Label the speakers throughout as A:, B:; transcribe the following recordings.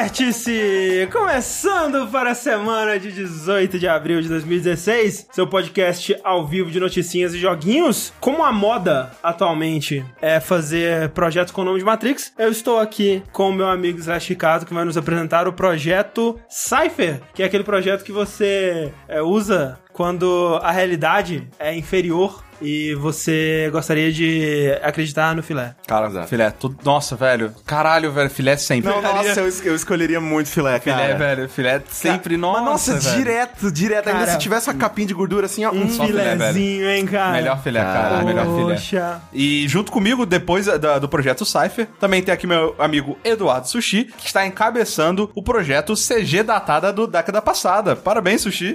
A: Notícia! Começando para a semana de 18 de abril de 2016, seu podcast ao vivo de noticinhas e joguinhos. Como a moda atualmente é fazer projetos com o nome de Matrix, eu estou aqui com o meu amigo Slash Ricardo, que vai nos apresentar o projeto Cypher, que é aquele projeto que você é, usa quando a realidade é inferior e você gostaria de acreditar no filé.
B: Cara, Zé, filé, tu... nossa, velho. Caralho, velho, filé sempre.
C: Não,
B: Cara,
C: nossa, eu, es- eu escolheria muito filé, cara.
B: filé, velho, filé sempre, nossa,
C: Mas nossa,
B: velho.
C: direto, direto. Ainda
A: Cara,
C: se tivesse uma capinha de gordura assim, ó.
A: Um
C: hum,
B: só filé, velho.
A: filézinho, hein, cara?
B: Melhor filé, cara,
C: Cara,
B: melhor filé.
A: Poxa.
B: E junto comigo, depois da- do projeto Cypher, também tem aqui meu amigo Eduardo Sushi, que está encabeçando o projeto CG datada do década passada. Parabéns, Sushi.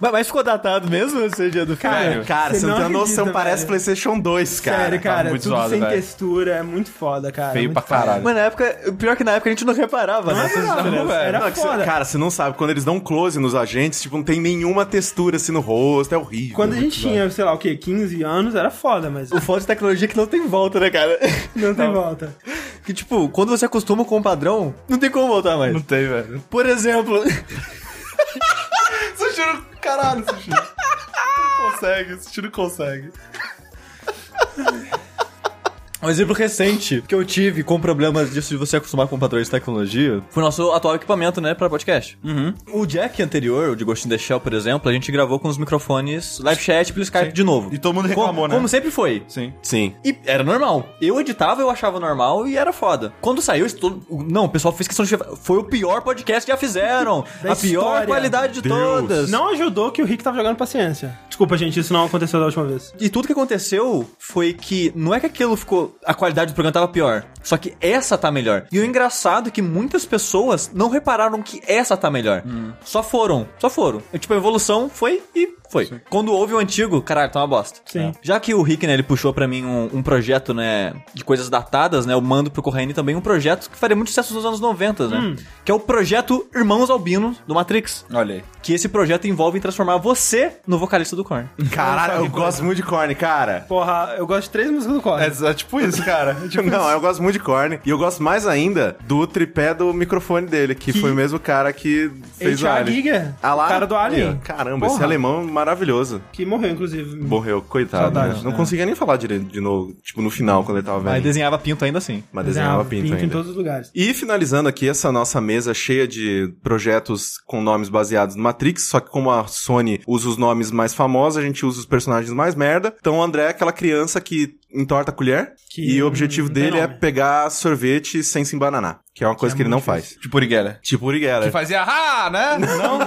D: Mas, mas ficou datado mesmo ou seja do
A: Cara,
D: cara?
B: Velho.
C: Cara,
A: Você
C: você, não
A: não
C: tem a
A: acredita,
C: noção,
A: velho.
C: parece PlayStation 2, cara.
A: Sério, cara,
B: muito
A: tudo
B: zoado,
A: sem
B: velho.
A: textura, é muito foda, cara.
B: Feio
A: muito
B: pra caralho.
D: Mas na época, pior que na época a gente não reparava, né?
A: Não,
D: essas diferenças.
A: velho. Era
C: Não, é que cê-
A: foda.
C: cara, você não sabe. Quando eles dão um close nos agentes, tipo, não tem nenhuma textura assim no rosto, é horrível.
A: Quando a gente tinha, sei lá, o quê? 15 anos, era foda, mas
D: O foda de tecnologia é que não tem volta, né, cara?
A: não tem volta.
D: Que tipo, quando você acostuma com o padrão, não tem como voltar mais.
B: Não tem, velho.
D: Por exemplo,
B: Sushi, não- caralho, Sushi. Não consegue, Sushi não consegue.
D: um exemplo recente que eu tive com problemas disso de você acostumar com padrões de tecnologia foi o nosso atual equipamento, né, pra podcast.
B: Uhum.
D: O jack anterior, o de Ghost in the Shell, por exemplo, a gente gravou com os microfones live chat pelo Skype de novo.
B: E todo mundo reclamou,
D: como,
B: né?
D: Como sempre foi.
B: Sim.
C: Sim.
D: E era normal. Eu editava, eu achava normal e era foda. Quando saiu, isso todo... não, o pessoal fez questão de. Foi o pior podcast que já fizeram.
A: Da
D: a pior
A: história.
D: qualidade de
C: Deus.
D: todas.
A: Não ajudou que o Rick tava jogando paciência. Desculpa, gente, isso não aconteceu da última vez.
D: E tudo que aconteceu foi que não é que aquilo ficou. A qualidade do programa tava pior. Só que essa tá melhor. E o engraçado é que muitas pessoas não repararam que essa tá melhor. Só foram, só foram. É, tipo, a evolução foi e foi. Quando houve o antigo, caralho, tá uma bosta.
A: Sim.
D: É. Já que o Rick, né, ele puxou pra mim um, um projeto, né, de coisas datadas, né, eu mando pro Corraine também um projeto que faria muito sucesso nos anos 90, né? Que é o projeto Irmãos Albino do Matrix.
B: Olha aí.
D: Que esse projeto envolve transformar você no vocalista do Korn.
C: Caralho, eu gosto muito de corne, cara.
A: Porra, eu gosto de três músicas do Corre.
B: É, é tipo isso, cara. É tipo
C: Não, eu gosto muito de corne. E eu gosto mais ainda do tripé do microfone dele, que, foi o mesmo cara que fez o
A: H.R.
C: Alien.
A: Giger,
C: Ah lá?
A: o cara do Alien.
C: Aí, ó. Caramba, esse
A: Porra.
C: alemão maravilhoso.
A: Que morreu, inclusive.
C: Morreu, coitado.
A: Saudades,
C: né? Não
A: né?
C: conseguia nem falar direito de novo, tipo, no final, quando ele tava
D: Aí
C: vendo.
D: desenhava pinto ainda assim.
C: Mas desenhava
A: Desenhava
C: pinto,
A: em
C: ainda.
A: todos os lugares.
C: E finalizando aqui essa nossa mesa cheia de projetos com nomes baseados no Matrix, só que como a Sony usa os nomes mais famosos, a gente usa os personagens mais merda. Então o André é aquela criança que entorta a colher
A: Que
C: e o objetivo
A: não tem
C: dele é
A: nome.
C: pegar sorvete sem se embananar, que é uma coisa que, ele não faz.
B: de Puriguela.
C: Tipo Uri Geller.
B: Que fazia ha, né? Não?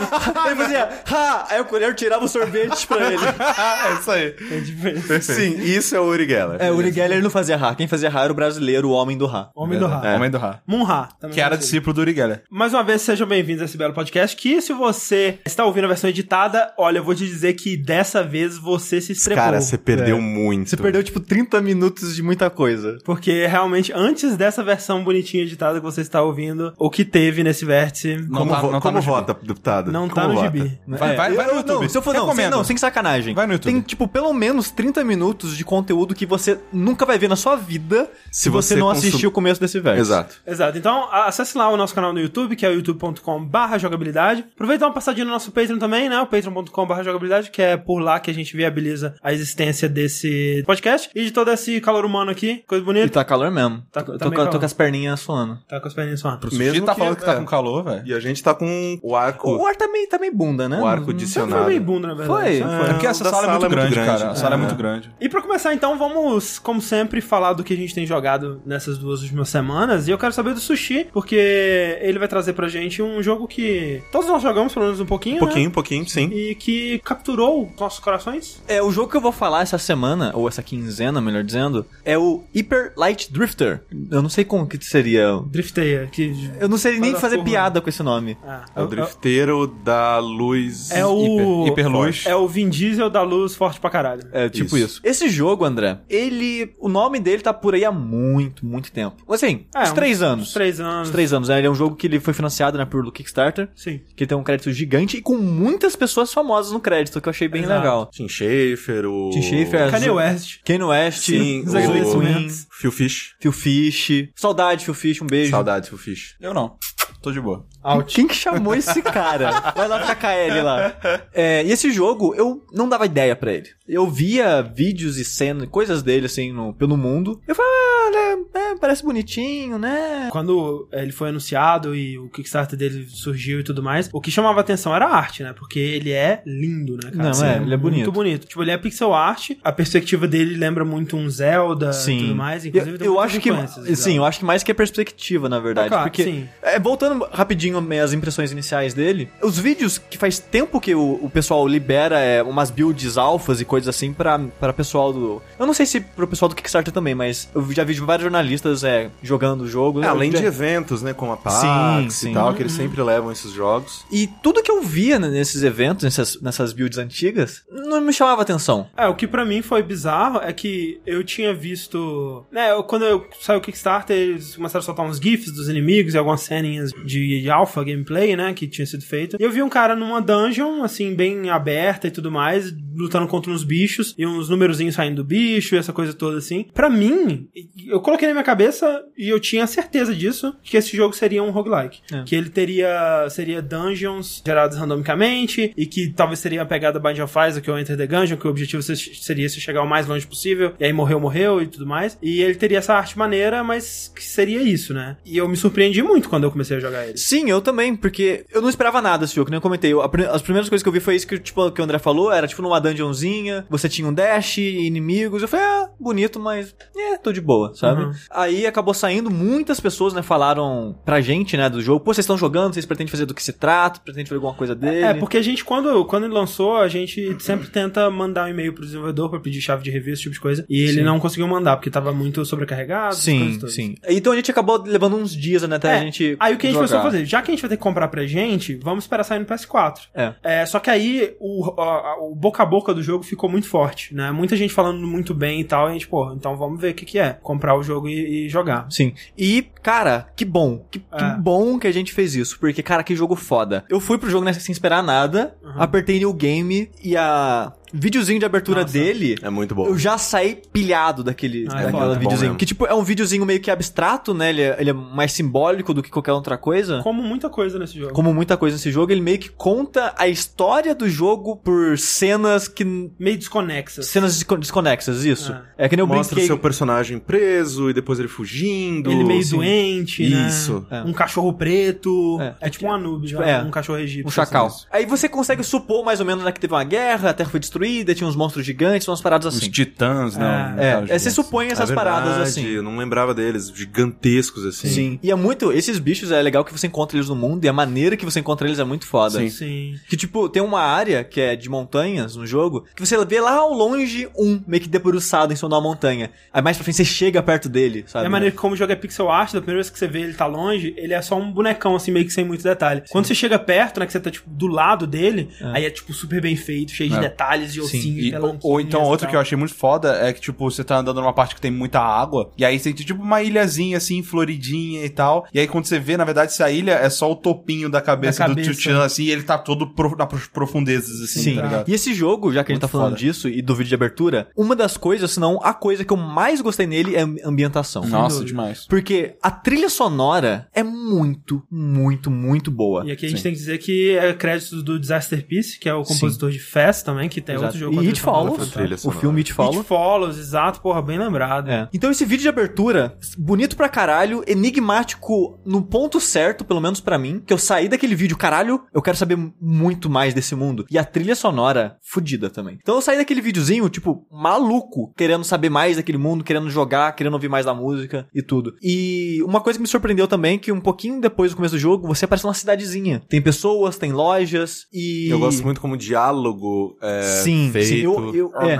D: Aí ele fazia, ha! Aí o colher tirava o sorvete pra ele.
B: é isso aí.
A: É diferente.
C: Sim, isso é o Uri Geller.
D: É, o Uri Geller não fazia ha. Quem fazia ha era o brasileiro, o homem do ha.
A: Homem do Ra.
B: É. Homem do Ra.
A: Moon Ra. também
B: Que era
A: conhecido.
B: discípulo do Uri Geller.
A: Mais uma vez, sejam bem-vindos a esse belo podcast. Que se você está ouvindo a versão editada, olha, eu vou te dizer que dessa vez você se estrepou.
C: Cara, você perdeu
D: É.
C: muito.
D: Você perdeu, tipo, 30 minutos de muita coisa.
A: Porque realmente, antes dessa versão bonitinha editada que você está ouvindo, o que teve nesse vértice
B: Não
C: Como,
B: tá-
C: vo-
B: não tá
C: como
B: no gibi.
C: vota, deputado?
A: não
C: como
A: tá no
C: vota?
A: gibi.
B: Vai- vai- vai no
D: eu-
B: YouTube.
D: Não, se eu for, não, sem,
B: Recomendo.
D: não, sem sacanagem.
B: Vai no YouTube.
D: Tem, tipo, pelo menos 30 minutos de conteúdo que você nunca vai ver na sua vida
C: Se
D: se você,
C: você
D: não
C: consum-
D: assistiu o começo desse verso.
C: Exato.
A: Exato. Então, a- acesse lá o nosso canal no YouTube, que é o youtube.com/barra jogabilidade. Aproveita e dá uma passadinha no nosso Patreon também, né? O patreon.com/barra jogabilidade, que é por lá que a gente viabiliza a existência desse podcast e de todo esse calor humano aqui. Coisa
D: E
A: bonita.
C: Então,
D: tá calor mesmo.
A: Tá-
D: tô,
A: tá
D: tô,
A: meio
D: tô
A: calor.
D: com as perninhas suando.
A: Tá com as perninhas suando.
B: O Sushi
C: Mesmo
B: tá
C: que-
B: falando que tá
C: é.
B: com calor, velho.
C: E a gente tá com o arco.
D: O ar tá meio, tá meio bunda, né?
C: O arco
D: Não- não-
C: dicionário.
A: Foi meio bunda, na verdade.
D: Foi.
A: Só
B: É porque essa
C: da
B: sala, é muito grande, cara. A sala é
C: É.
B: muito grande.
A: E pra começar, então, vamos, como sempre, falar do que a gente tem jogado nessas duas últimas semanas. E eu quero saber do Sushi, porque ele vai trazer pra gente um jogo que todos nós jogamos, pelo menos um pouquinho,
C: Um
A: né?
C: pouquinho, um pouquinho, sim.
A: E que capturou nossos corações.
D: É, o jogo que eu vou falar essa semana, ou essa quinzena, melhor dizendo, é o Hyper Light Drifter. Eu não sei como que seria.
A: Drifteia, que...
D: Eu não sei nem
A: Faz a
D: fazer
A: curva.
D: piada com esse nome.
A: Ah,
C: É o drifteiro da luz.
A: É o...
B: Hiper- hiperluz.
A: É o Vin Diesel da luz forte pra caralho.
D: É, tipo isso.
C: Isso.
D: Esse jogo, André, ele. O nome dele tá por aí há muito, muito tempo. Assim,
A: É,
D: uns
A: uns-
D: três anos.
A: Uns três anos.
D: Uns três anos, né? Ele é um jogo que ele foi financiado, né, pelo Kickstarter.
A: Sim.
D: Que tem um crédito gigante e com muitas pessoas famosas no crédito, que eu achei bem
A: Exato.
D: legal.
C: Tim Schafer, o.
D: Tim Schaefer,
A: Kanye
D: Zo-
A: West.
D: Kanye West,
C: Sim,
A: Os
C: o-
D: Queen,
A: agradecimentos.
C: Phil Fish.
D: Phil Fish. Saudade, Phil Fish, um beijo.
C: Saudades, Phil Fish.
B: Eu não. Tô de boa.
A: Out.
D: Quem que chamou esse cara? Vai lá pra KL lá. É, e esse jogo, eu não dava ideia pra ele. Eu via vídeos e cenas, coisas dele, assim, no- pelo mundo. Eu falava, ah, né, é, parece bonitinho, né?
A: Quando eh, ele foi anunciado e o Kickstarter dele surgiu e tudo mais, o que chamava atenção era a arte, né? Porque ele é lindo, né, cara?
D: Não, é, ele é bonito.
A: Muito bonito. Tipo, ele é pixel art, a perspectiva dele lembra muito um Zelda e tudo mais. Inclusive,
D: eu,
A: tem
D: eu
A: muitas
D: acho que.
A: influências né? de
D: Sim,
A: Zelda.
D: eu acho que mais que a perspectiva, na verdade.
A: Ah, claro,
D: porque.
A: sim.
D: É, voltando rapidinho às impressões iniciais dele, os vídeos que faz tempo que o, o pessoal libera é, umas builds alfas e coisas assim pra, pra pessoal do. Eu não sei se pro pessoal do Kickstarter também, mas eu já vi de vários jornalistas é, jogando o jogo.
C: É, além
D: Eu já-
C: de eventos, né? Como a PAX
D: Sim,
C: e
D: sim.
C: tal, que eles sempre levam esses jogos.
D: E tudo que eu via n- nesses eventos, nessas, nessas builds antigas, não me chamava atenção.
A: É, o que pra mim foi bizarro é que eu tinha visto. Né, eu- quando eu saiu o Kickstarter, eles começaram a soltar uns GIFs dos inimigos e algumas ceninhas de, de alpha gameplay, né, que tinha sido feito. E eu vi um cara numa dungeon, assim, bem aberta e tudo mais, lutando contra uns bichos e uns numerozinhos saindo do bicho e essa coisa toda assim. Pra mim, eu coloquei na minha cabeça e eu tinha certeza disso, que esse jogo seria um roguelike.
D: É.
A: Que ele teria seria dungeons gerados randomicamente e que talvez seria a pegada Bind of Isaac que é o Enter the Gungeon, que o objetivo se- seria se chegar o mais longe possível, e aí morreu, morreu e tudo mais. E ele teria essa arte maneira, mas que seria isso, né? E eu me surpreendi muito quando eu comecei a jogar ele.
D: Sim, eu também, porque eu não esperava nada desse jogo, nem eu comentei. Eu- a prime- as primeiras coisas que eu vi foi isso que, tipo, que o André falou, era tipo numa dungeonzinha, você tinha um dash, inimigos, eu falei, ah, bonito, mas é, tô de boa, sabe?
A: Uhum.
D: Aí acabou saindo, muitas pessoas, né, falaram pra gente, né, do jogo, pô, vocês estão jogando, vocês pretendem fazer do que se trata, pretendem fazer alguma coisa dele.
A: É, porque a gente, quando, quando ele lançou, a gente sempre tenta mandar um e-mail pro desenvolvedor pra pedir chave de review, esse tipo de coisa. E ele
D: Sim.
A: não conseguiu mandar, porque tava muito sobrecarregado. essas coisas
D: Sim,
A: todas.
D: sim. Então a gente acabou levando uns dias, né, até
A: É,
D: a gente.
A: Aí o que a gente começou a
D: jogar.
A: fazer? Já que a gente vai ter que comprar pra gente, vamos esperar sair no PS4.
D: É.
A: só que aí o, a- a- o boca a boca do jogo ficou muito forte, né? Muita gente falando muito bem e tal. E a gente, pô, então vamos ver o que, que é. Comprar o jogo e, e jogar.
D: Sim. E, cara, que bom. Que, que
A: É.
D: bom que a gente fez isso. Porque, cara, que jogo foda. Eu fui pro jogo né, sem esperar nada,
A: Uhum.
D: apertei new game e a videozinho de abertura
A: Nossa.
D: dele.
C: É muito bom.
D: Eu já saí pilhado daquele,
A: Ah, é foda.
D: daquela
C: Bom
D: videozinho.
C: mesmo.
D: Que, tipo, é um videozinho meio que abstrato, né? Ele é, ele é mais simbólico do que qualquer outra coisa.
A: Como muita coisa nesse jogo.
D: Como muita coisa nesse jogo, ele meio que conta a história do jogo por cenas que.
A: Meio desconexa. assim.
D: cenas descon- desconexas, isso.
A: Ah.
D: É, que nem eu
C: Mostra o
D: brinquei.
C: seu personagem preso e depois ele fugindo.
A: Ele meio
C: Sim.
A: doente, né?
C: Isso.
D: É.
A: Um cachorro preto.
D: É.
A: É, tipo um Anubis,
D: Tipo,
A: já,
D: é.
A: um cachorro egípcio.
D: Um chacal.
A: assim.
D: Aí você consegue supor mais ou menos né, que teve uma guerra, a terra foi destruída, tinha uns monstros gigantes, umas paradas
B: Os
D: assim.
B: titãs, não.
A: É,
B: não
D: É,
B: tá, os
D: é, você
B: gigantes.
D: supõe essas
C: É
D: paradas
C: verdade,
D: assim.
C: Eu não lembrava deles, gigantescos assim.
D: Sim. E é muito. Esses bichos é legal que você encontra eles no mundo e a maneira que você encontra eles é muito foda.
A: assim. Sim.
D: Que tipo, tem uma área que é de montanhas no jogo, que você vê lá ao longe um meio que debruçado em cima de uma montanha. Aí mais pra frente você chega perto dele,
A: É
D: sabe?
A: a maneira que como o jogo é pixel art, da primeira vez que você vê ele tá longe, ele é só um bonecão, assim, meio que sem muito detalhe. Quando você chega perto, né, que você tá, tipo, do lado dele, aí é, tipo, super bem feito, cheio de
B: É.
A: detalhes e ossinhos,
B: E- ou, ou então outro que eu achei muito foda é que, tipo, você tá andando numa parte que tem muita água, e aí você tem tipo uma ilhazinha assim, floridinha e tal. E aí quando você vê, na verdade, essa ilha é só o topinho da cabeça,
A: cabeça.
B: do Tchutchan, assim, e ele tá todo pro, na pros- profundezas, assim,
D: Sim.
B: tá ligado?
D: E esse jogo, já que a gente tá
B: Muito
D: falando
B: foda.
D: disso e do vídeo de abertura, uma das coisas, se não a coisa que eu mais gostei nele é a ambientação.
A: Sem
B: Nossa,
A: dúvida.
B: demais.
D: Porque a trilha sonora é muito, muito, muito boa.
A: E aqui a gente
B: Sim.
A: tem que dizer que é crédito do Disaster Peace, que é o compositor de Fast também, que tem é
D: Exato.
A: outro jogo. com a
D: e It
A: trilha sonora
D: Follows,
A: fantástica.
C: trilha
D: o
C: sonora.
D: filme It
A: It
D: Follows.
A: Follows, exato, porra, bem lembrado.
D: É. Então esse vídeo de abertura, bonito pra caralho, enigmático no ponto certo, pelo menos pra mim, que eu saí daquele vídeo, caralho, eu quero saber muito mais desse mundo. E a trilha sonora, fodida também. Então eu saí daquele videozinho, tipo, maluco, querendo saber mais daquele mundo, querendo jogar, querendo ouvir mais da música e tudo. E uma coisa que me surpreendeu também, é que um pouquinho depois do começo do jogo, você aparece numa cidadezinha. Tem pessoas, tem lojas e...
C: Eu gosto muito como o diálogo é
D: Sim,
C: feito.
D: sim. Eu, eu, é.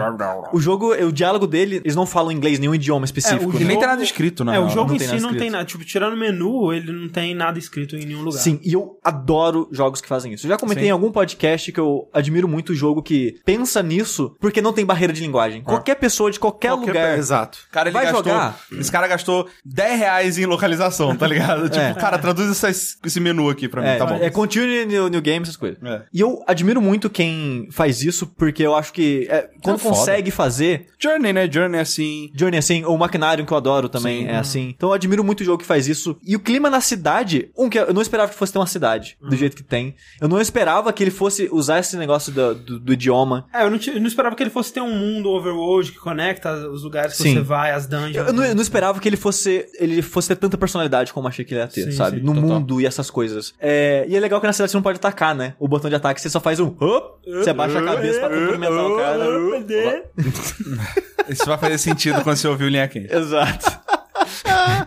D: O jogo, o diálogo dele, eles não falam inglês, nenhum idioma específico.
A: É, o
B: E
D: né?
B: nem tem nada escrito, né?
A: É, o jogo
D: não
A: em
D: tem
A: si
D: nada
A: não tem
D: escrito.
A: nada. Tipo, tirando o menu, ele não tem nada escrito em nenhum lugar.
D: Sim, e eu adoro jogos que fazem isso. Eu já comentei
B: Sim.
D: em algum podcast que eu admiro muito o jogo que pensa nisso porque não tem barreira de linguagem. Qualquer pessoa de qualquer,
C: Qualquer
D: lugar.
C: pe- Exato.
B: Cara, ele
D: Vai
B: gastou,
D: jogar?
B: Esse cara gastou 10 reais em localização, tá
C: É.
B: ligado? tipo, cara, traduz essas- esse menu aqui pra mim,
D: É,
B: tá bom.
D: é continue new, new game, essas coisas.
B: É.
D: E eu admiro muito quem faz isso, porque porque eu acho que é, quando
B: foda.
D: consegue fazer,
B: Journey, né? Journey assim.
D: Johnny é assim, ou o Maquinário, que eu adoro também,
B: Sim.
D: é assim. Então eu admiro muito o jogo que faz isso. E o clima na cidade, um que eu não esperava que fosse ter uma cidade, do jeito que tem. Eu não esperava que ele fosse usar esse negócio do, do- do idioma.
A: É, eu não, ti- eu não esperava que ele fosse ter um mundo overworld que conecta as- os lugares que
D: Sim.
A: você vai, as
D: Eu,
A: dungeons.
D: eu não,
A: né?
D: eu não esperava que ele fosse ele fosse ter tanta personalidade como achei que ele ia ter,
A: Sim,
D: sabe?
A: sim,
D: no
B: total.
D: mundo e essas coisas. É, e é legal que na cidade você não pode atacar, né? O botão de ataque você só faz um. "Hop", Você abaixa a cabeça pra cumprimentar o cara.
B: Isso vai fazer sentido quando você ouvir o linha quente.
D: Exato.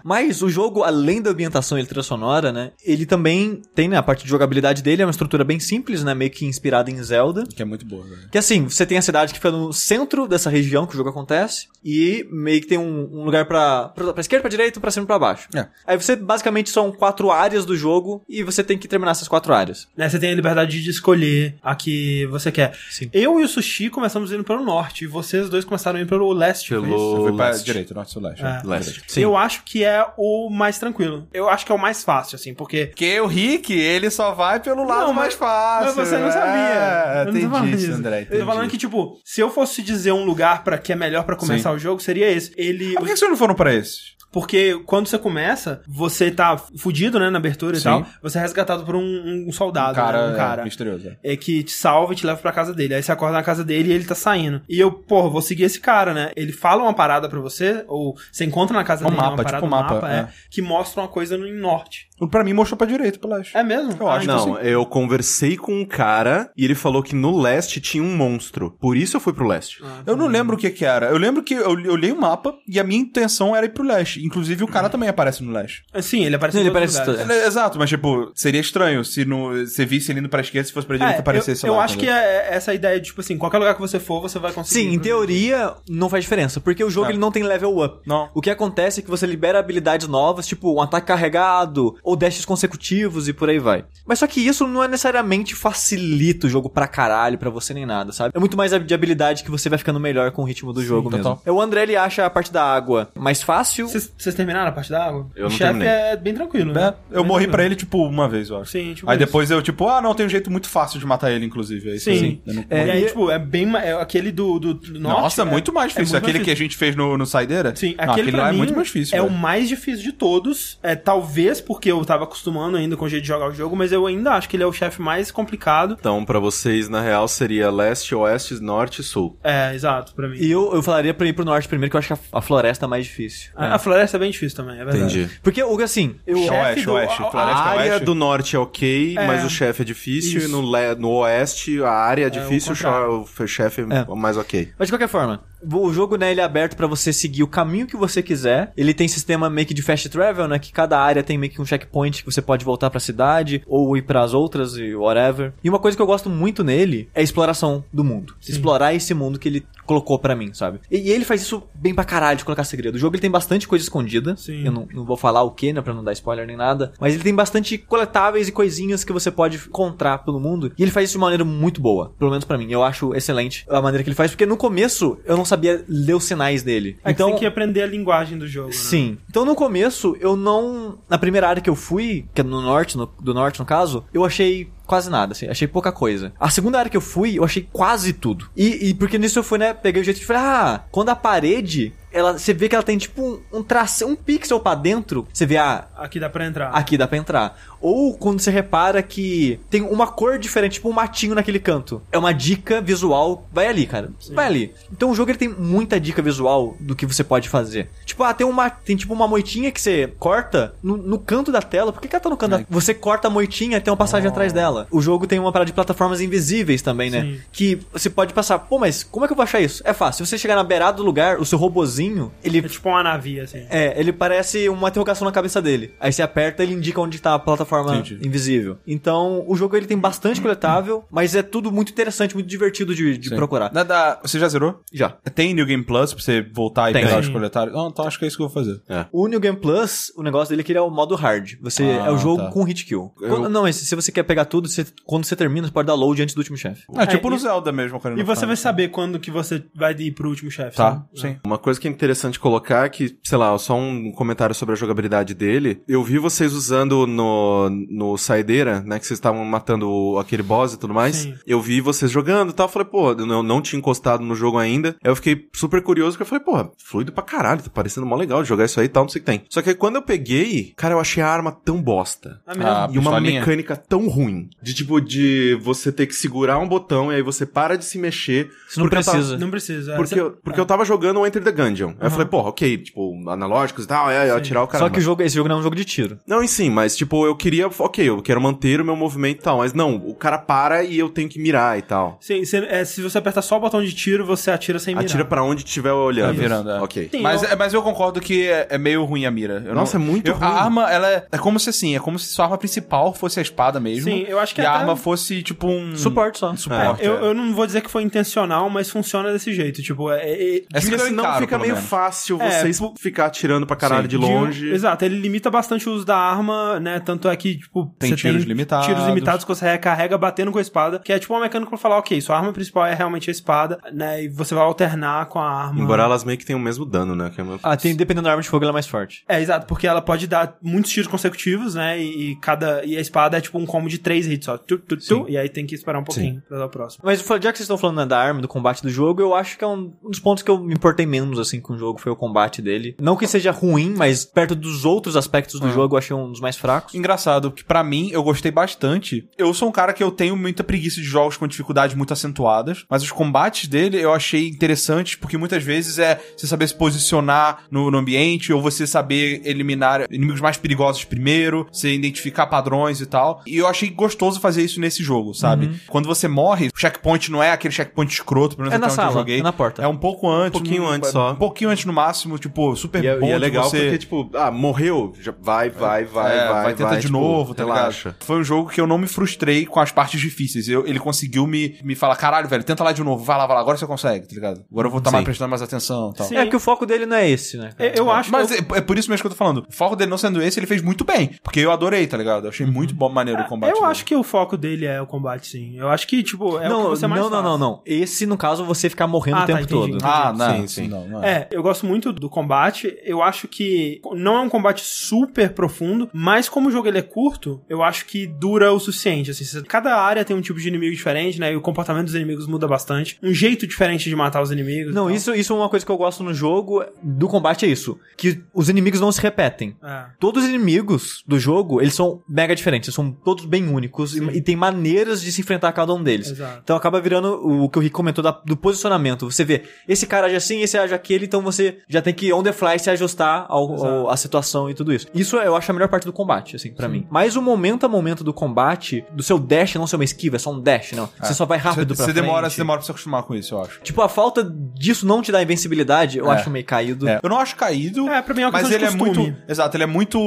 D: Mas o jogo, além da ambientação e trilha sonora, né? Ele também tem, né? A parte de jogabilidade dele é uma estrutura bem simples, né? Meio que inspirada em Zelda.
B: Que é muito boa, velho.
D: Que assim, você tem a cidade que fica no centro dessa região que o jogo acontece. E meio que tem um, um lugar pra, pra, pra esquerda, pra direita, pra cima e pra baixo.
B: É.
D: Aí você, basicamente, são quatro áreas do jogo. E você tem que terminar essas quatro áreas.
A: Né, Você tem a liberdade de escolher a que você quer.
D: Sim.
A: Eu e o Sushi começamos indo pelo norte, e vocês dois começaram indo pelo leste. foi
C: Pelo-
A: isso?
B: Você foi pra
C: Leste.
B: direita, norte e leste.
A: É.
C: Leste.
A: Eu acho que é o mais tranquilo. Eu acho que é o mais fácil, assim, porque.
B: Porque o Rick, ele só vai pelo lado
A: Não, mas-
B: mais fácil.
A: Mas você não sabia.
B: É,
A: Eu não tô falando
B: Ah, entendi isso,
A: disso.
B: André.
A: Eu tô falando que, tipo, se eu fosse dizer um lugar pra que é melhor pra começar o jogo, seria esse. Ele.
B: Por que vocês não foram pra esse?
A: Porque quando você começa, você tá fudido, né, na abertura e
B: Sim.
A: tal. Você é resgatado por um, um soldado, né, um cara.
B: é, misterioso. é.
A: é que te salva e te leva pra casa dele. Aí você acorda na casa dele e ele tá saindo. E eu, porra, vou seguir esse cara, né? Ele fala uma parada pra você, ou você encontra na casa
B: Um
A: dele
B: mapa,
A: uma parada,
B: tipo um mapa, é.
A: que mostra uma coisa no norte.
B: Um, Pra mim, mostrou pra direita, pra leste.
A: É mesmo?
B: Eu acho que
C: Ah, não, eu conversei com um cara e ele falou que no leste tinha um monstro. Por isso eu fui pro leste.
B: Eu não lembro o que que era. Eu lembro que eu olhei o mapa e a minha intenção era ir pro leste. Inclusive, o cara também aparece no leste.
A: Sim, Assim, ele aparece
D: Não,
A: em
D: ele
A: outros
D: aparece
A: lugares.
D: todo-
B: É, Exato, mas tipo, seria estranho se no, você visse ele indo pra esquerda, se fosse pra direita,
A: É,
B: aparecesse
A: eu, eu
B: lá.
A: acho que é
B: é...
A: essa ideia de, tipo assim, qualquer lugar que você for, você vai conseguir.
D: Sim, em
B: então
D: teoria, não faz diferença. Porque o jogo
B: É.
D: ele não tem level up.
B: Não.
D: O que acontece é que você libera habilidades novas, tipo um ataque carregado, ou dashes consecutivos e por aí vai. Mas só que isso não é necessariamente facilita o jogo pra caralho, pra você nem nada, sabe? É muito mais de habilidade que você vai ficando melhor com o ritmo do jogo mesmo. É,
B: total.
D: O André, ele acha a parte da água mais fácil.
A: Vocês vocês terminaram a parte da água?
C: Eu
A: o
C: não
A: chefe
C: terminei.
A: é bem tranquilo, né?
B: É, eu
A: Bem
B: morri
A: tranquilo.
B: pra ele, tipo, uma vez, eu acho.
A: Sim, tipo
B: Aí
A: isso.
B: depois eu, tipo, ah, não, tem um jeito muito fácil de matar ele, inclusive. É isso
A: Sim.
B: assim. Eu não-
A: É, e aí,
D: e-
A: tipo, é bem. ma- É aquele do, do, do norte.
B: Nossa,
A: é-
B: muito mais
A: é
B: difícil.
A: muito mais
B: aquele que a gente fez no, no Saideira?
A: Sim,
B: Não,
A: aquele, pra
B: lá
A: mim
B: é muito mais difícil.
A: É
B: velho.
A: o mais difícil de todos. É, talvez porque eu tava acostumando ainda com o jeito de jogar o jogo, mas eu ainda acho que ele é o chefe mais complicado.
C: Então, pra vocês, na real, seria leste, oeste, norte e sul.
A: É, exato, pra mim.
D: E eu, eu falaria pra ir pro norte primeiro, que eu acho que a, a floresta é mais difícil.
A: A, a floresta é bem difícil também, é verdade.
C: Entendi.
D: Porque, o assim, eu...
B: Oeste,
A: chefe do-
B: oeste,
A: a- a
B: floresta
C: a área
B: oeste.
C: do norte é ok,
A: É.
C: mas o chefe é difícil.
A: Isso.
C: E no, le- no oeste, a área é difícil,
A: o
C: o,
A: contrário.
C: cho- o chefe é,
D: É.
C: mais ok.
D: Mas de qualquer forma, o jogo, né, ele é aberto pra você seguir o caminho que você quiser. Ele tem sistema meio que de fast travel, né, que cada área tem meio que um checkpoint que você pode voltar pra cidade ou ir pras outras e whatever. E uma coisa que eu gosto muito nele é a exploração do mundo. Explorar esse mundo que ele colocou pra mim, sabe? E, e ele faz isso bem pra caralho de colocar segredo. O jogo ele tem bastante coisa escondida.
A: Sim.
D: Eu não, não vou falar o que, né, pra não dar spoiler nem nada, mas ele tem bastante coletáveis e coisinhas que você pode encontrar pelo mundo, e ele faz isso de uma maneira muito boa, pelo menos pra mim. Eu acho excelente a maneira que ele faz, porque no começo eu não sabia ler os sinais dele.
A: É que
D: então
A: tem que aprender a linguagem do jogo, né?
D: Sim. Então no começo, eu não. Na primeira área que eu fui, que é no norte, no- do norte no caso, eu achei quase nada, assim, achei pouca coisa. A segunda área que eu fui, eu achei quase tudo. E, e porque nisso eu fui, né, peguei o jeito de falar, ah, quando a parede. Ela, você vê que ela tem tipo um, um traço, um pixel pra dentro. Você vê, ah,
A: Aqui dá pra entrar.
D: aqui dá pra entrar. Ou quando você repara que tem uma cor diferente, tipo um matinho naquele canto. É uma dica visual, vai ali, cara. Vai ali. Então o jogo ele tem muita dica visual do que você pode fazer. Tipo, ah, tem uma tem tipo uma moitinha que você corta no, no canto da tela. Por que, que ela tá no canto da... Você corta a moitinha e tem uma passagem
A: Ah.
D: atrás dela. O jogo tem uma parada de plataformas invisíveis também, né?
A: Sim.
D: Que você pode passar, pô, mas como é que eu vou achar isso? É fácil. Se você chegar na beirada do lugar, o seu robozinho, ele
A: É tipo uma navia, assim.
D: é, ele parece uma interrogação na cabeça dele. Aí você aperta, ele indica onde tá a plataforma
B: Entendi.
D: invisível. Então, o jogo ele tem bastante coletável, mas é tudo muito interessante, muito divertido de, de
B: Sim.
D: procurar.
B: Na- da- Você já zerou?
D: Já.
B: Tem New Game Plus pra você voltar e
D: Tem.
B: pegar
A: Sim.
B: os coletários? Não, então acho que é isso que eu vou fazer.
D: O New Game Plus, o negócio dele é que ele é o modo hard. Você
B: Ah,
D: é o jogo
B: tá.
D: com hit kill.
C: Eu-
D: Quando- não, mas se você quer pegar tudo, você- quando você termina, você pode dar load antes do último chefe.
B: É, tipo
A: e-
B: no Zelda mesmo. Ocarina
A: E
B: of
A: você
B: Time.
D: assim.
A: vai saber quando que você vai ir pro último chefe.
B: Tá,
A: sabe?
B: sim.
C: Uma coisa que é interessante colocar é que, sei lá, só um comentário sobre a jogabilidade dele. Eu vi vocês usando no no, no Saideira, né? Que vocês estavam matando o- aquele boss e tudo mais.
A: Sim.
C: Eu vi vocês jogando e tal. Falei, pô, eu não, não tinha encostado no jogo ainda. Eu fiquei super curioso, porque eu falei, pô, fluido pra caralho. Tá parecendo mó legal de jogar isso aí e tal, não sei o que tem. Só que aí quando eu peguei, cara, eu achei a arma tão bosta.
A: Ah, mesmo?
B: Ah,
C: E uma
B: pistolinha?
C: mecânica tão ruim. De tipo, de você ter que segurar um botão e aí você para de se mexer.
D: Você não
C: porque eu tava-
D: precisa.
A: Não precisa. é.
C: porque, eu, porque eu tava jogando o Enter the Gungeon. Aí eu falei, porra, ok, tipo, analógicos e tal, é, é atirar o cara.
D: Só que o jogo, esse jogo não é um jogo de tiro.
C: Não, e sim, mas tipo, eu queria, ok, eu quero manter o meu movimento e tal, mas não, o cara para e eu tenho que mirar e tal.
A: Sim, você- é, se você apertar só o botão de tiro, você atira sem mirar.
C: Atira pra onde estiver olhando.
B: Tá virando, é.
C: Ok.
A: Sim,
B: mas,
A: eu-
B: é- mas eu concordo que é, é meio ruim a mira. Eu
C: Nossa,
B: não-
C: é muito
B: eu-
C: ruim.
B: A arma, ela é, é como se assim, é como se sua arma principal fosse a espada mesmo.
A: Sim, eu acho que
B: E a
A: até-
B: arma fosse tipo um.
D: Suporte só.
B: um suporte.
A: Eu,
B: é.
A: eu não vou dizer que foi intencional, mas funciona desse jeito. Tipo, é. é- é-
B: Essa
C: Porque
B: que eu
C: senão
B: encaro,
C: fica
B: pelo
C: meio
B: menos.
C: fácil
A: É,
C: vocês ficar atirando pra caralho
B: Sim.
C: de
A: um
C: longe.
A: Exato, ele limita bastante o uso da arma, né? Tanto é que, tipo,
B: Tem
A: você
B: tiros limitados.
A: Tiros limitados que você recarrega batendo com a espada, que é tipo uma mecânica pra falar, ok, sua arma principal é realmente a espada, né? E você vai alternar com a arma.
C: Embora elas meio que tenham o mesmo dano, né? que é uma-
D: Ah, tem, dependendo da arma de fogo, ela é mais forte.
A: É, exato, porque ela pode dar muitos tiros consecutivos, né? E, e cada. E a espada é tipo um combo de três hits só. Tu, tu, tu, e aí tem que esperar um pouquinho pra dar o próximo.
D: Mas foi- já que vocês estão falando né, da arma, do combate do jogo, eu acho que é um um dos pontos que eu me importei menos, assim, com o jogo, foi o combate dele. Não que seja ruim, mas perto dos outros aspectos do
A: É.
D: jogo, eu achei um dos mais fracos.
B: Engraçado, que pra mim eu gostei bastante. Eu sou um cara que eu tenho muita preguiça de jogos com dificuldades muito acentuadas, mas os combates dele eu achei interessantes porque muitas vezes é você saber se posicionar no, no ambiente ou você saber eliminar inimigos mais perigosos primeiro, você identificar padrões e tal. E eu achei gostoso fazer isso nesse jogo, sabe?
D: Uhum.
B: Quando você morre, o checkpoint não é aquele checkpoint escroto, pelo menos
D: É na
B: até onde eu
D: sala,
B: joguei.
D: é na porta.
B: É um pouco antes,
C: Um pouquinho
B: no-
C: antes só.
B: Um pouquinho antes no máximo, tipo, super
C: E é,
B: bom
C: e é
B: de
C: legal
B: você...
C: porque, tipo, ah, morreu, já vai, vai, vai,
B: É,
C: vai,
B: vai tentar de
C: tipo,
B: novo, tá
C: relaxa.
B: ligado? Foi um jogo que eu não me frustrei com as partes difíceis. Eu- ele conseguiu me, me falar, caralho, velho, tenta lá de novo, vai lá, vai lá, agora você consegue, tá ligado? Agora eu vou estar
C: Sim.
B: mais prestando mais atenção e tal.
A: Sim.
D: É que o foco dele não é esse, né?
A: Eu, eu acho
B: Mas
A: que. eu-
B: é, é por isso mesmo que eu tô falando. O foco dele não sendo esse, ele fez muito bem. Porque eu adorei, tá ligado? Eu achei muito bom, maneiro o um combate.
A: Ah, Eu
B: dele.
A: acho que o foco dele é o combate, sim. Eu acho que, tipo, é
D: não,
A: o que você mais
D: não, não,
A: faz.
D: não, não. Esse, no caso, é você ficar morrendo
A: Ah, tá,
D: o tempo
A: entendi.
D: todo.
B: Ah, não,
C: Sim,
B: sim,
C: sim.
B: Não, não é.
A: É, eu gosto muito do combate. Eu acho que não é um combate super profundo, mas como o jogo ele é curto, eu acho que dura o suficiente. Assim, você- cada área tem um tipo de inimigo diferente, né? E o comportamento dos inimigos muda bastante. Um jeito diferente de matar os inimigos. então.
D: Não,
A: e tal.
D: isso, isso é uma coisa que eu gosto no jogo, do combate é isso. Que os inimigos não se repetem.
A: É.
D: Todos os inimigos do jogo, eles são mega diferentes, eles são todos bem únicos e, e tem maneiras de se enfrentar cada um deles.
A: Exato.
D: Então acaba virando o que o Rick comentou da- do posicionamento. Você vê, esse cara age assim, esse age aquele, então você já tem que on the fly se ajustar ao,
A: Exato.
D: ao- à situação e tudo isso. Isso eu acho a melhor parte do combate, assim, pra mim. Mas o momento a momento do combate, do seu dash, não ser uma esquiva, é só um dash, não. Você só vai rápido pra
B: Você demora,
D: frente.
B: você demora pra se acostumar com isso, eu acho.
D: Tipo, a falta disso não te dá invencibilidade, eu
B: É.
D: acho meio caído.
B: É, Eu não acho caído.
A: É, pra mim é uma
B: mas
A: questão
B: ele
A: de
B: é
A: costume. Ah.
B: muito. Exato, ele é muito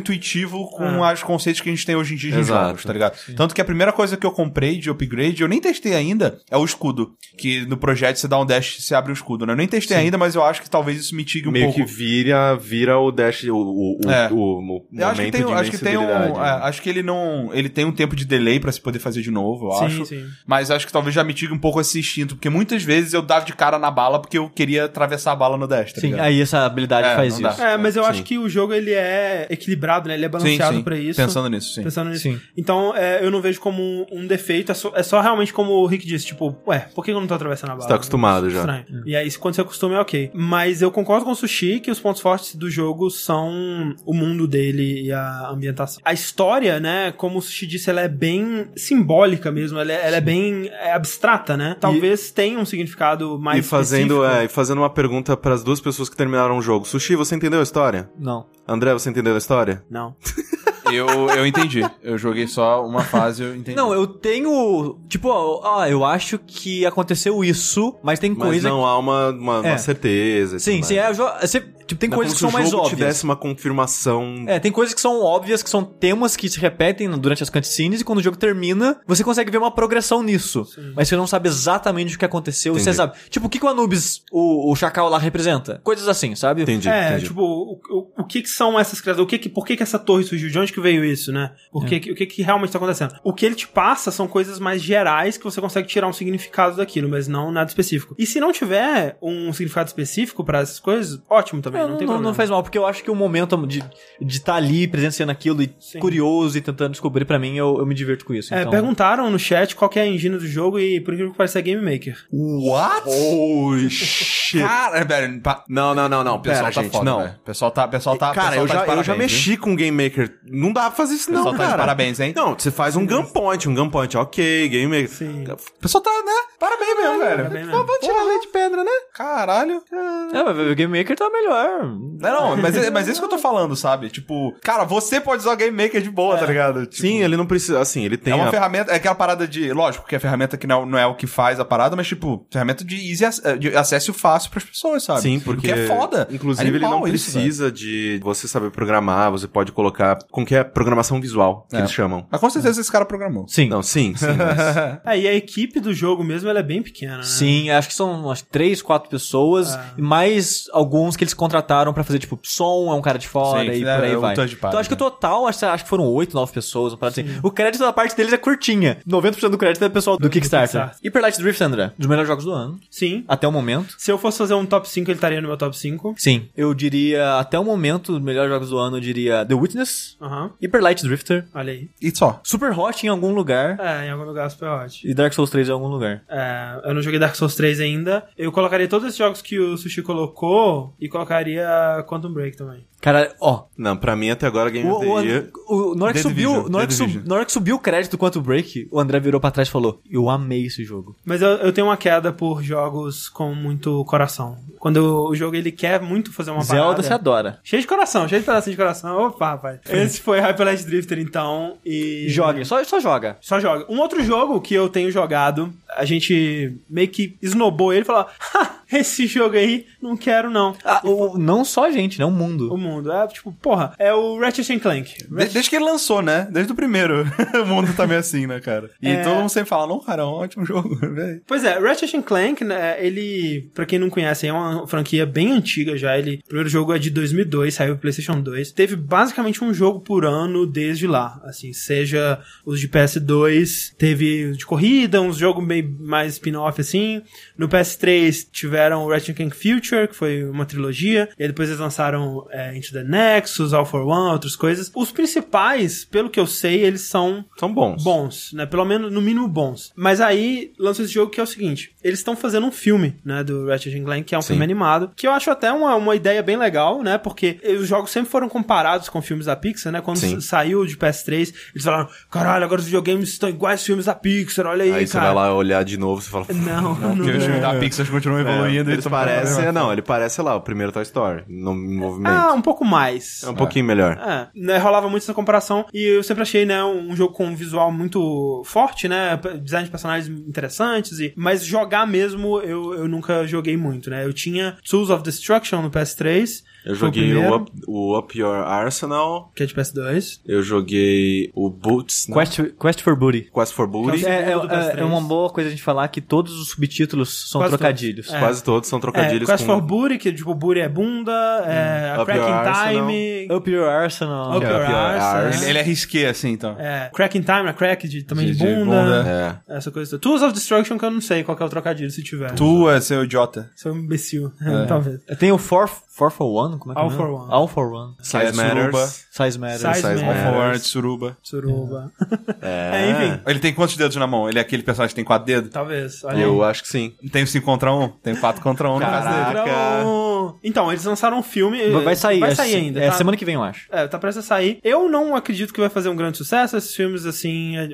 B: contra-intuitivo com os conceitos que a gente tem hoje em dia nos
C: Exato.
B: jogos, tá ligado? Tanto que a primeira coisa que eu comprei de upgrade, eu nem testei ainda, é o escudo. Que no projeto você dá um dash e você abre um escudo, né? Eu nem testei ainda, mas eu acho que talvez isso mitigue um
C: Meio
B: pouco.
C: que vira, vira o dash, o, o, o,
B: É.
C: o- o
B: Eu acho que
C: momento
B: tem,
C: de
B: acho que tem um,
C: invencibilidade,
B: é,
C: né?
B: acho que ele não, ele tem um tempo de delay pra se poder fazer de novo, eu
A: Sim,
B: acho.
A: sim.
B: Mas acho que talvez já mitigue um pouco esse instinto, porque muitas vezes eu dava de cara na bala porque eu queria atravessar a bala no dash, tá
D: Sim,
B: ligado?
D: aí essa habilidade
B: É,
D: faz
B: não dá.
D: isso.
A: É, mas eu
C: Sim.
A: acho que o jogo ele é equilibrado, né? Ele é balanceado pra isso.
B: Pensando nisso, sim.
A: Pensando nisso.
D: Sim.
A: Então, é, eu não vejo como um- um defeito. É só, é só realmente como o Rick disse, tipo, ué, por que eu não tô atravessando a bala?
C: Você tá acostumado já.
A: Estranho. E aí, quando você acostuma, é ok. Mas eu concordo com o Sushi que os pontos fortes do jogo são o mundo dele e a ambientação. A história, né, como o Sushi disse, ela é bem simbólica mesmo. Ela é, ela é bem é, abstrata, né? Talvez tenha um significado mais
C: e fazendo,
A: específico.
C: é, e fazendo uma pergunta pras duas pessoas que terminaram o jogo. Sushi, você entendeu a história?
D: Não.
C: André, você entendeu a história?
A: Não.
B: Eu, eu entendi. Eu joguei só uma fase, eu entendi.
D: Não, eu tenho. Tipo, ó, ó, eu acho que aconteceu isso, mas tem
C: Mas
D: coisa.
C: não há uma, uma, uma
D: É.
C: certeza. e
D: sim,
C: tudo
D: sim,
C: mais.
D: é, jo- é sempre- tipo, tem
C: né? Não é como
D: coisas que
C: se
D: são
C: o
D: mais
C: jogo
D: óbvias.
C: tivesse uma confirmação.
D: É, tem coisas que são óbvias, que são temas que se repetem durante as cutscenes, e quando o jogo termina, você consegue ver uma progressão nisso. Mas você não sabe exatamente o que aconteceu, você
C: Entendi.
D: sabe. Tipo, o que, que o Anubis, o, o Chacal lá, representa? Coisas assim, sabe?
C: Entendi,
A: é,
C: entendi.
A: tipo, o, o- o que que são essas criaturas? O que que, por que que essa torre surgiu? De onde que veio isso, né?
D: É.
A: Por que que- o que que realmente tá acontecendo? O que ele te passa são coisas mais gerais que você consegue tirar um significado daquilo, mas não nada específico. E se não tiver um significado específico pra essas coisas, ótimo também. também, não, tem
D: É, não,
A: problema.
D: faz mal, porque eu acho que o momento de estar de tá ali presenciando aquilo e
A: Sim.
D: curioso e tentando descobrir, pra mim, eu, eu me diverto com isso.
A: É,
D: então...
A: perguntaram no chat qual que é a engine do jogo e por incrível que pareça é Game Maker.
B: What?
C: Holy shit.
B: Cara, velho, pa-
C: Não, não, não, não.
B: o pessoal
C: é, Pera,
B: tá
C: gente,
B: foda,
C: não.
B: velho. O pessoal tá, o pessoal tá, o
C: cara,
B: pessoal
C: eu,
B: tá
C: já,
B: de
C: eu
B: parabéns,
C: já
B: viu?
C: mexi com o Game Maker. Não dá pra fazer isso,
B: O
C: não,
B: pessoal tá
C: cara.
B: de parabéns, hein?
C: Não, você faz um gunpoint, um gunpoint. Ok, Game Maker.
A: Sim.
B: O pessoal tá, né? Parabéns mesmo, velho.
A: Parabéns é mesmo.
B: Vamos tirar leite de pedra, né? Caralho.
D: É, mas o Game Maker tá melhor.
B: Não, não, mas, é- mas é isso que eu tô falando, sabe? Tipo, cara, você pode usar o Game Maker de boa, tá ligado? Tipo,
C: É. Sim, ele não precisa. Assim, ele tem.
B: É uma
C: a-
B: ferramenta, é aquela parada de. Lógico que a ferramenta que não, não é o que faz a parada, mas, tipo, ferramenta de, easy, ac- de acesso fácil pras pessoas, sabe?
C: Sim, porque.
B: O que é foda.
C: Inclusive, ele
B: Animal
C: não
B: isso, velho.
C: precisa de você saber programar, você pode colocar. Com que é programação visual, que
B: É.
C: eles chamam.
B: mas com certeza esse cara programou.
D: Sim.
C: Não, sim, né? sim. mas-
A: É, e a equipe do jogo mesmo, ela é bem pequena, né?
D: Sim, acho que são umas três, quatro pessoas, e mais alguns que eles contrataram pra fazer, tipo, som é um cara de fora
B: Sim,
D: e
B: é,
D: por aí
B: é um
D: vai.
B: third party,
D: então acho que o total, acho, acho que foram oito, nove pessoas, uma parada assim. O crédito da parte deles é curtinha. 90% do crédito é do pessoal do, Kickstarter.
A: Kickstarter.
D: Hyper Light Drift, André, um dos melhores jogos do ano,
A: Sim.
D: até o momento.
A: Se eu fosse fazer um top 5, ele estaria no meu top 5.
D: Sim. Eu diria, até o momento, os melhores jogos do ano, eu diria The Witness,
A: Aham.
D: Hyper Light Drifter,
A: Olha aí.
B: E só.
D: Super Hot em algum lugar
A: É, em algum lugar Super Hot.
D: e Dark Souls 3 em algum lugar.
A: É, eu não joguei Dark Souls 3 ainda. Eu colocaria todos esses jogos que o Sushi colocou e colocaria Quantum Break também.
D: Cara, ó,
C: Não, pra mim até agora Game
D: O,
C: of
D: o,
C: the
D: And-
C: Year.
D: o, na hora que
B: The
D: subiu,
B: Division,
D: na hora
B: The
D: que sub,
B: Division.
D: na hora que subiu o crédito quanto break, o André virou pra trás e falou: "Eu amei esse jogo".
A: Mas eu, eu tenho uma queda por jogos com muito coração. Quando o jogo ele quer muito fazer uma
D: Zelda
A: parada.
D: se adora.
A: Cheio de coração, cheio de pedacinho de coração. Opa, rapaz. Esse foi Hyper Light Drifter, então. E.
D: Jogue, só só joga.
A: Só joga. Um outro jogo que eu tenho jogado, a gente meio que esnobou ele e falou: "Ha, esse jogo aí, não quero não.
D: Ah, o- não só a gente, né, o mundo.
A: O mundo. É tipo, porra, é o Ratchet and Clank.
B: De- desde que ele lançou, né? Desde o primeiro. o mundo tá meio assim, né, cara? E todo mundo sempre fala, não, cara, é um ótimo jogo, velho.
A: Pois é, Ratchet and Clank, né, ele, pra quem não conhece, é uma franquia bem antiga já. Ele, o primeiro jogo é de 2002, saiu pro PlayStation 2. Teve basicamente um jogo por ano desde lá, assim, seja os de PS2, teve os de corrida, uns jogos meio mais spin-off assim. No PS3 tiveram o Ratchet and Clank Future, que foi uma trilogia, e aí depois eles lançaram é, Into the Nexus, All for One, outras coisas. Os principais, pelo que eu sei, eles são
C: São bons.
A: bons, né? Pelo menos, no mínimo, bons. Mas aí lançou esse jogo que é o seguinte: eles estão fazendo um filme, né? Do Ratchet and Clank, que é um
C: Sim.
A: filme animado, que eu acho até uma, uma ideia bem legal, né? Porque os jogos sempre foram comparados com filmes da Pixar, né? Quando
C: Sim.
A: s- saiu de PS3, eles falaram: caralho, agora os videogames estão iguais aos filmes da Pixar, olha aí,
C: Aí você
A: cara.
C: vai lá olhar de novo e fala.
A: Não, não,
B: Porque os
A: não.
B: filmes da Pixar continuam evoluindo. e tá
C: Eles
B: tão fazendo a mesma
C: parecem. Não, ele parece, sei lá, o primeiro Toy Story. No movimento.
A: Ah, um pouco mais.
C: é um pouquinho melhor.
A: É, né, rolava muito essa comparação e eu sempre achei, né, um, um jogo com um visual muito forte, né, p- design de personagens interessantes, e, mas jogar mesmo eu, eu nunca joguei muito, né, eu tinha Tools of Destruction no PS3,
C: Eu
A: foi
C: joguei o,
A: primeiro,
C: up, o Up Your Arsenal.
A: que é de PS2,
C: Eu joguei o Boots. né?
D: Quest, Quest for Booty.
C: Quest for Booty.
A: É,
D: É,
A: é- é- é
D: uma
A: uma
D: boa coisa a gente falar que todos os subtítulos são
A: Quase
D: trocadilhos.
A: todos. é.
C: Quase todos são
A: é,
C: trocadilhos
A: Quest for
C: com... Hum,
A: Booty, que tipo, Booty é bunda, é,
C: Up Your
A: Cracking
C: Arsenal.
A: Time...
D: Up Your Arsenal.
A: É. Up
C: Your
A: Your
C: Arsenal.
A: Arsenal.
B: Ele, ele é risqué, assim, então.
A: É, Cracking Time, né? Crack de, também de,
B: De- de
A: bunda,
B: bunda.
C: É.
A: Essa coisa. toda. Tools of Destruction, que eu não sei qual que é o trocadilho, se tiver.
B: Tu é seu idiota.
A: Sou um imbecil,
C: É.
A: talvez.
D: É, Tem o 4 for, One, como é que
A: All
D: é?
A: for One.
D: All for One.
C: Size
B: é
C: Matters.
B: suruba.
D: Size Matters.
A: Size
C: Size
A: Matters.
C: Matters.
B: Forward, suruba.
A: Suruba.
C: É.
A: É, enfim.
B: Ele tem quantos dedos na mão? Ele é aquele personagem que tem quatro dedos?
A: Talvez. Olha aí.
C: Eu acho que sim.
B: Tem cinco contra um? Tem quatro contra um no caso dele.
C: Caraca.
A: Então, então, eles lançaram um filme.
D: Vai- Vai sair,
A: Vai
D: é
A: sair
D: se-
A: ainda.
D: É
A: tá?
D: semana que vem, eu acho.
A: É, tá prestes a sair. Eu não acredito que vai fazer um grande sucesso. Esses filmes, assim. É,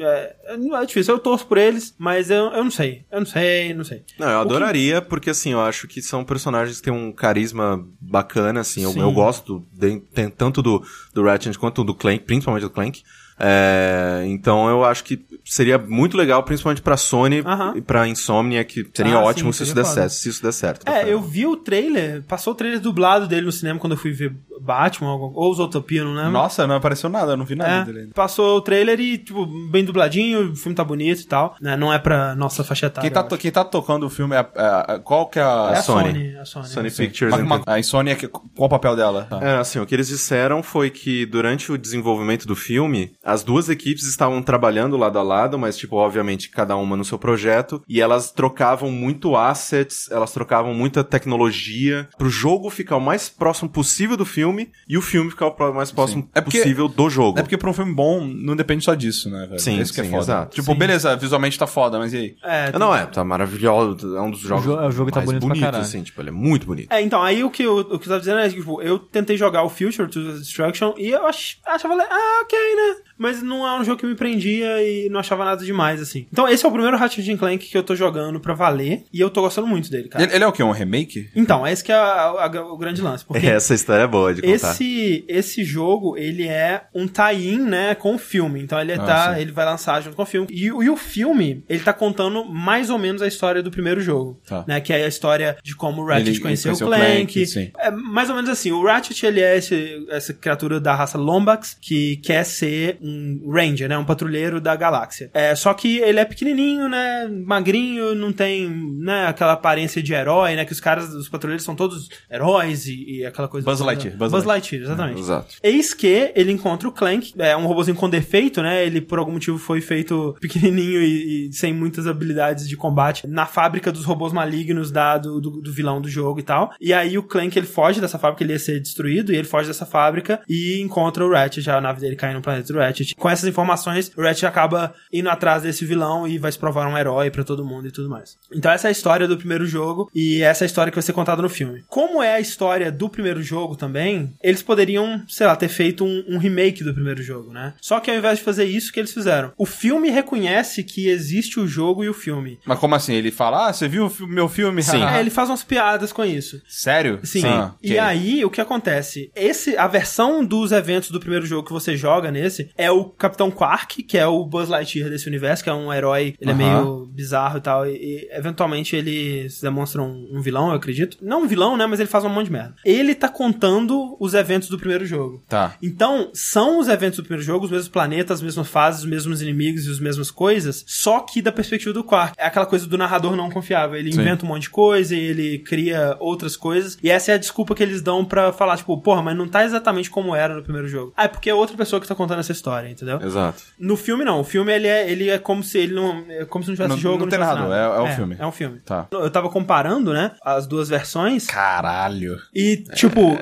A: é- não é difícil. Eu torço por eles, mas eu, eu não sei. Eu não sei, não sei.
C: Não, eu
A: O que-
C: adoraria, porque assim, eu acho que são personagens que têm um carisma bacana, assim. Eu,
A: Sim.
C: eu gosto de- tem- tanto do, do Ratchet quanto do Clank, principalmente do Clank. É, então eu acho que seria muito legal, principalmente pra Sony
A: Aham.
C: e pra Insomnia, que seria
A: Ah,
C: ótimo
A: sim,
C: se, isso
A: seria
C: der
A: foda.
C: certo, se isso der Tá certo.
A: É, eu vi o trailer. Passou o trailer dublado dele no cinema quando eu fui ver Batman ou, ou Zootopia, não lembro.
B: Nossa, não apareceu nada, eu não vi nada dele
A: É,
B: ainda.
A: passou o trailer e, tipo, bem dubladinho, o filme tá bonito e tal. né? Não é pra nossa faixa etária.
B: Quem tá,
A: eu
B: to- quem tá tocando o filme é. é- é- qual que é a.
A: acho. É a
B: a
A: Sony.
C: Sony.
A: A Sony.
C: Sony
B: Sony.
C: Pictures. Tá.
B: Mas- mas
C: Ent-
B: a Sony, é que- qual o papel dela?
C: É, assim, o que eles disseram foi que durante o desenvolvimento do filme, As duas equipes estavam trabalhando lado a lado, mas, tipo, obviamente, cada uma no seu projeto. E elas trocavam muito assets, elas trocavam muita tecnologia pro jogo ficar o mais próximo possível do filme e o filme ficar o pro- mais próximo
B: É porque-
C: possível do jogo.
B: É porque pra um filme bom, não depende só disso, né, velho?
C: Sim,
B: Isso que é
C: sim,
B: foda.
C: exato.
B: Tipo,
C: Sim.
B: beleza, visualmente tá foda, mas e aí?
A: É,
C: Não, é, tá maravilhoso. É um dos jogos
D: jo- o jogo tá
C: mais
D: bonito pra caralho.
C: assim, tipo, ele é muito bonito.
A: É, então, aí o que eu, o que eu tava dizendo é que, tipo, eu tentei jogar o Future to Destruction e eu ach- achava, le- ah, ok, né? Mas não é um jogo que me prendia e não achava nada demais, assim. Então, esse é o primeiro Ratchet and Clank que eu tô jogando pra valer e eu tô gostando muito dele, cara.
B: Ele, ele é o quê? Um remake?
A: Então, esse que é a- a- o grande lance, porque...
C: Essa história é boa de contar.
A: Esse, esse jogo, ele é um tie-in, né, com o filme. Então ele,
B: Ah,
A: tá,
B: sim.
A: ele vai lançar junto com o filme. E, o- e o filme, ele tá contando mais ou menos a história do primeiro jogo.
B: Tá.
A: Né, que é a história de como o Ratchet
B: Ele- ele
A: conheceu,
B: conheceu
A: o
B: o
A: Clank.
B: Clank, sim.
A: é mais ou menos assim, o Ratchet, ele é esse- essa criatura da raça Lombax, que quer ser um Ranger, né, um patrulheiro da galáxia. É, só que ele é pequenininho, né, magrinho, não tem, né, aquela aparência de herói, né, que os caras, os patrulheiros são todos heróis e, e aquela coisa
B: Buzz
A: toda.
B: Lightyear, Buzz
A: Buzz Lightyear, exatamente.
C: Exato.
A: Eis que ele encontra o Clank, é um robozinho com defeito, né? Ele por algum motivo foi feito pequenininho e, e sem muitas habilidades de combate na fábrica dos robôs malignos da, do, do- do vilão do jogo e tal. E aí o Clank ele foge dessa fábrica, ele ia ser destruído, e ele foge dessa fábrica e encontra o Ratchet, a nave dele cai no planeta do Ratchet. Com essas informações, o Ratchet acaba indo atrás desse vilão e vai se provar um herói pra todo mundo e tudo mais. Então essa é a história do primeiro jogo e essa é a história que vai ser contada no filme. Como é a história do primeiro jogo também, eles poderiam, sei lá, ter feito um, um remake do primeiro jogo, né? Só que ao invés de fazer isso, o que eles fizeram? O filme reconhece que existe o jogo e o filme.
B: Mas como assim? Ele fala, ah, você viu o fi- meu filme? Ah,
C: Sim.
A: É, ele faz umas piadas com isso.
B: Sério?
A: Sim.
B: Ah,
A: e
B: ok.
A: aí, o que acontece? Esse, a versão dos eventos do primeiro jogo que você joga nesse é o Capitão Quark, que é o Buzz Lightyear desse universo, que é um herói, ele é
B: Aham.
A: meio bizarro e tal, e, e, eventualmente ele se demonstra um, um vilão, eu acredito. Não um vilão, né, mas ele faz um monte de merda. Ele tá contando os eventos do primeiro jogo.
B: Tá.
A: Então, são os eventos do primeiro jogo, os mesmos planetas, as mesmas fases, os mesmos inimigos e as mesmas coisas, só que da perspectiva do Quark. É aquela coisa do narrador não confiável. Ele
B: Sim.
A: inventa um monte de coisa e ele cria outras coisas. E essa é a desculpa que eles dão pra falar, tipo, porra, mas não tá exatamente como era no primeiro jogo. Ah, é porque é outra pessoa que tá contando essa história, entendeu?
B: É.
C: Exato.
A: No filme, não. O filme, ele é, ele é como se ele não... É como se não tivesse
B: Não-
A: jogo,
B: não tem
A: tivesse
B: narrador, é- é o filme.
A: É um filme.
B: Tá.
A: Eu tava comparando, né, as duas versões.
B: Caralho.
A: E, tipo,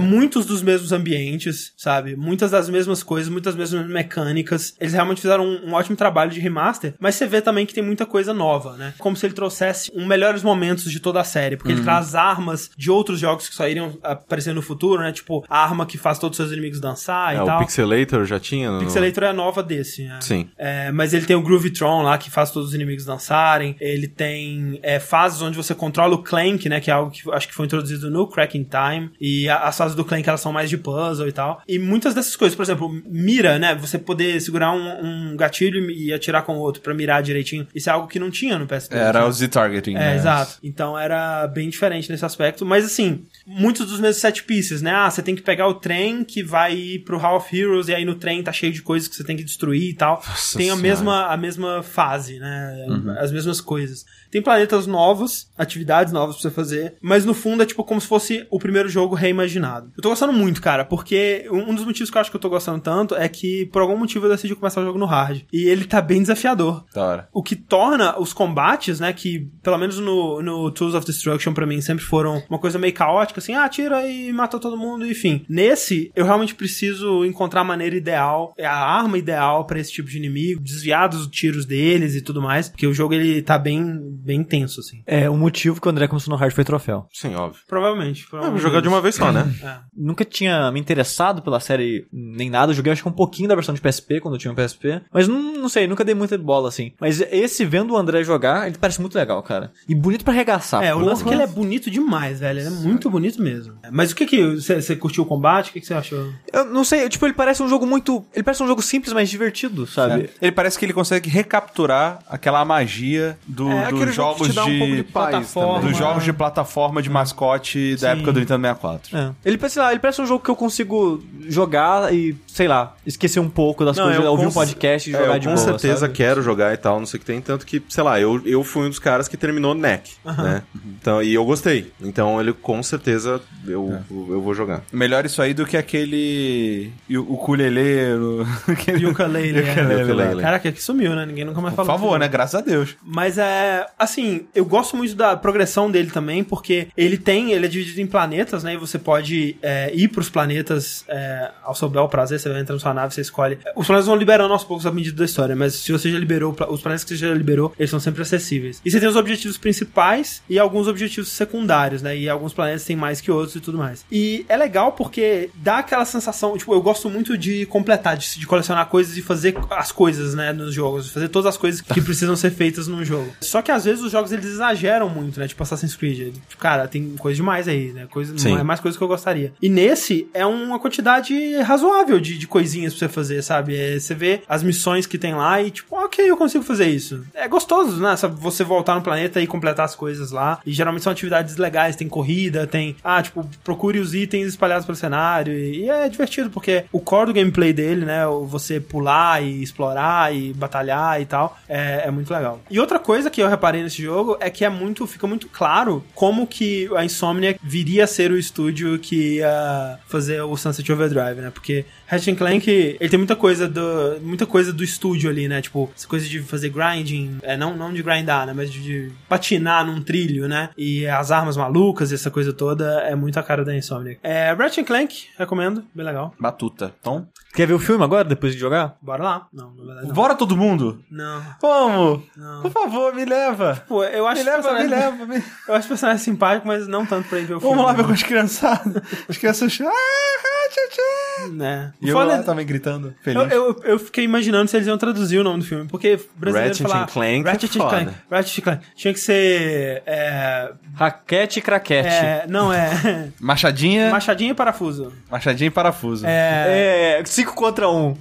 A: muitos dos mesmos ambientes, sabe? Muitas das mesmas coisas, muitas das mesmas mecânicas. Eles realmente fizeram um, um ótimo trabalho de remaster, mas você vê também que tem muita coisa nova, né? Como se ele trouxesse um melhores momentos de toda a série, porque
C: Uhum.
A: ele traz armas de outros jogos que só iriam aparecer no futuro, né? Tipo, a arma que faz todos os seus inimigos dançar
C: É,
A: e
C: o
A: tal.
C: Pixelator já tinha? No...
A: Pixelator é a nova desse, né?
C: Sim.
A: É, mas ele tem o Groovitron lá, que faz todos os inimigos dançarem. Ele tem é, fases onde você controla o Clank, né? Que é algo que acho que foi introduzido no Cracking Time. E a- as fases do Clank, elas são mais de puzzle e tal. E muitas dessas coisas, por exemplo, mira, né? Você poder segurar um, um gatilho e atirar com o outro pra mirar direitinho. Isso é algo que não tinha no PS3.
B: Era
A: né?
B: o Z-Targeting.
A: É, exato. Então era bem diferente nesse aspecto. Mas assim, muitos dos mesmos set pieces, né? Ah, você tem que pegar o trem que vai ir pro Hall of Heroes e aí no trem tá cheio de coisas que você tem que destruir e tal. tem a
C: Senhora.
A: mesma, a mesma fase, né? As mesmas coisas. Tem planetas novos, atividades novas pra você fazer, mas no fundo é tipo como se fosse o primeiro jogo reimaginado. Eu tô gostando muito, cara, porque um um dos motivos que eu acho que eu tô gostando tanto é que por algum motivo eu decidi começar o jogo no hard. E ele tá bem desafiador.
B: Da hora.
A: O que torna os combates, né, que pelo menos no, no Tools of Destruction pra mim sempre foram uma coisa meio caótica, assim, ah, tira e mata todo mundo, enfim. Nesse, eu realmente preciso encontrar a maneira ideal, é a arma ideal pra esse tipo de inimigo, desviar dos tiros deles e tudo mais, porque o jogo ele tá bem, bem tenso, assim.
D: É, o motivo que o André começou no hard foi troféu.
C: Sim, óbvio.
A: Provavelmente.
C: Ah, vou
A: provavelmente
C: jogar de uma vez só, né?
A: É.
D: Nunca tinha me interessado pela série nem nada. Eu joguei acho que um pouquinho da versão de PSP quando eu tinha um PSP. Mas não, não sei, nunca dei muita bola assim. Mas esse vendo o André jogar, ele parece muito legal, cara. E bonito pra arregaçar.
A: É, o lance é que
D: Ah, Porra.
A: ele é bonito demais, velho. Ele é muito bonito mesmo. Mas o que que você você curtiu o combate? O que que você achou?
D: Eu não sei, eu, tipo, ele parece um jogo muito. Ele parece um jogo simples, mas divertido, sabe?
B: É. Ele parece que ele consegue recapturar aquela magia do,
C: É, aquele
B: dos
C: jogo que
B: jogos
C: te dá um pouco de
B: de...
C: paz
A: plataforma.
C: também.
B: dos jogos de plataforma de mascote da
A: né? Sim.
B: época do Nintendo 64.
D: É. Ele parece, sei lá, ele parece um jogo que eu consigo jogar e, sei lá, esquecer um pouco das
A: Não,
D: coisas,
A: eu
D: ouvir
A: com
D: um podcast e
C: É,
D: jogar
C: eu
D: de
C: com
D: boa.
C: certeza
D: sabe?
C: quero jogar e tal, não sei o que tem, tanto que, sei lá, eu, eu fui um dos caras que terminou NEC, né?
A: Uhum.
C: Então, e eu gostei. Então ele com certeza eu,
B: É.
C: eu vou jogar.
B: Melhor isso aí do que aquele. e O ukuleleiro. Aquele...
A: Ukulele, é.
B: Ukulele,
C: Ukulele.
B: né?
A: Caraca, que sumiu, né? Ninguém nunca mais
B: Por
A: falou.
B: favor, né? Graças a Deus.
A: Mas é. Assim, eu gosto muito da progressão dele também, porque ele tem. Ele é dividido em planetas, né? E você pode é, ir pros planetas é, ao seu bel prazer. Você entra na sua nave, você escolhe. Os planetas vão liberando aos poucos à medida da história, mas se você já liberou. o pla- Os planetas que você já liberou, eles são sempre acessíveis. E você tem os objetivos principais e alguns objetivos secundários, né? E alguns planetas têm mais que outros e tudo mais. E é legal porque dá aquela sensação. Tipo, eu gosto muito de completar, de, de colecionar coisas e fazer as coisas, né? Nos jogos. de Fazer todas as coisas que precisam ser feitas num jogo. Só que às vezes os jogos eles exageram muito, né? Tipo Assassin's Creed. ele, tipo, Cara, tem coisa demais aí, né? Coisa,
C: Sim.
A: é mais coisa que eu gostaria. E nesse é uma quantidade razoável de, de coisinhas pra você fazer, sabe? É, você vê as missões que tem lá e tipo, ok, eu consigo fazer isso. É gostoso, né? Sabe, você voltar no planeta e completar as coisas lá. E geralmente são atividades legais, tem corrida, tem. Ah, tipo, procure os itens espalhados pelo cenário. E, e é divertido, porque o core do gameplay dele, né? o Você pular e explorar e batalhar e tal. É, é muito legal. E outra coisa que eu reparei nesse jogo é que é muito. Fica muito claro como que a Insomniac viria a ser o estúdio que ia fazer o Sunset Overdrive, né? Porque Ratchet Clank, ele tem muita coisa do. muita coisa do estúdio ali, né? Tipo, essa coisa de fazer grinding. É, não, não de grindar, né? Mas de, de patinar num trilho, né? E as armas malucas, essa coisa toda é muito a cara da Insomniac. É, Ratchet Clank, recomendo, bem legal.
B: Batuta. Então.
D: Quer ver o filme agora, depois de jogar?
A: Bora lá. Não, na verdade não.
B: Bora todo mundo!
A: Não.
B: Vamos!
A: Não.
B: Por favor, me leva!
A: Pô, eu acho
B: Me
A: que
B: leva, me
A: personagem-
B: leva! me-
A: Eu acho o personagem simpático, mas não tanto pra ir ver o filme. né?
B: Vamos lá ver com as criançadas. As crianças. Ah, tchê, tchê.
A: Né?
B: E eu
A: Foda-
B: lá tá também gritando,
A: eu,
B: feliz.
A: eu, eu fiquei imaginando se eles iam traduzir o nome do filme, porque brasileiro
C: Ratchet
A: falar...
C: and Clank é
A: Ratchet and
C: foda.
A: Clank. Ratchet and Clank. Tinha que ser... É,
D: Raquete e craquete.
A: é, não, é...
B: Machadinha,
A: Machadinho e parafuso.
B: machadinha e parafuso.
A: É,
D: É, 5 contra 1. Um.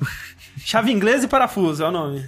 A: Chave inglesa e parafuso é o nome.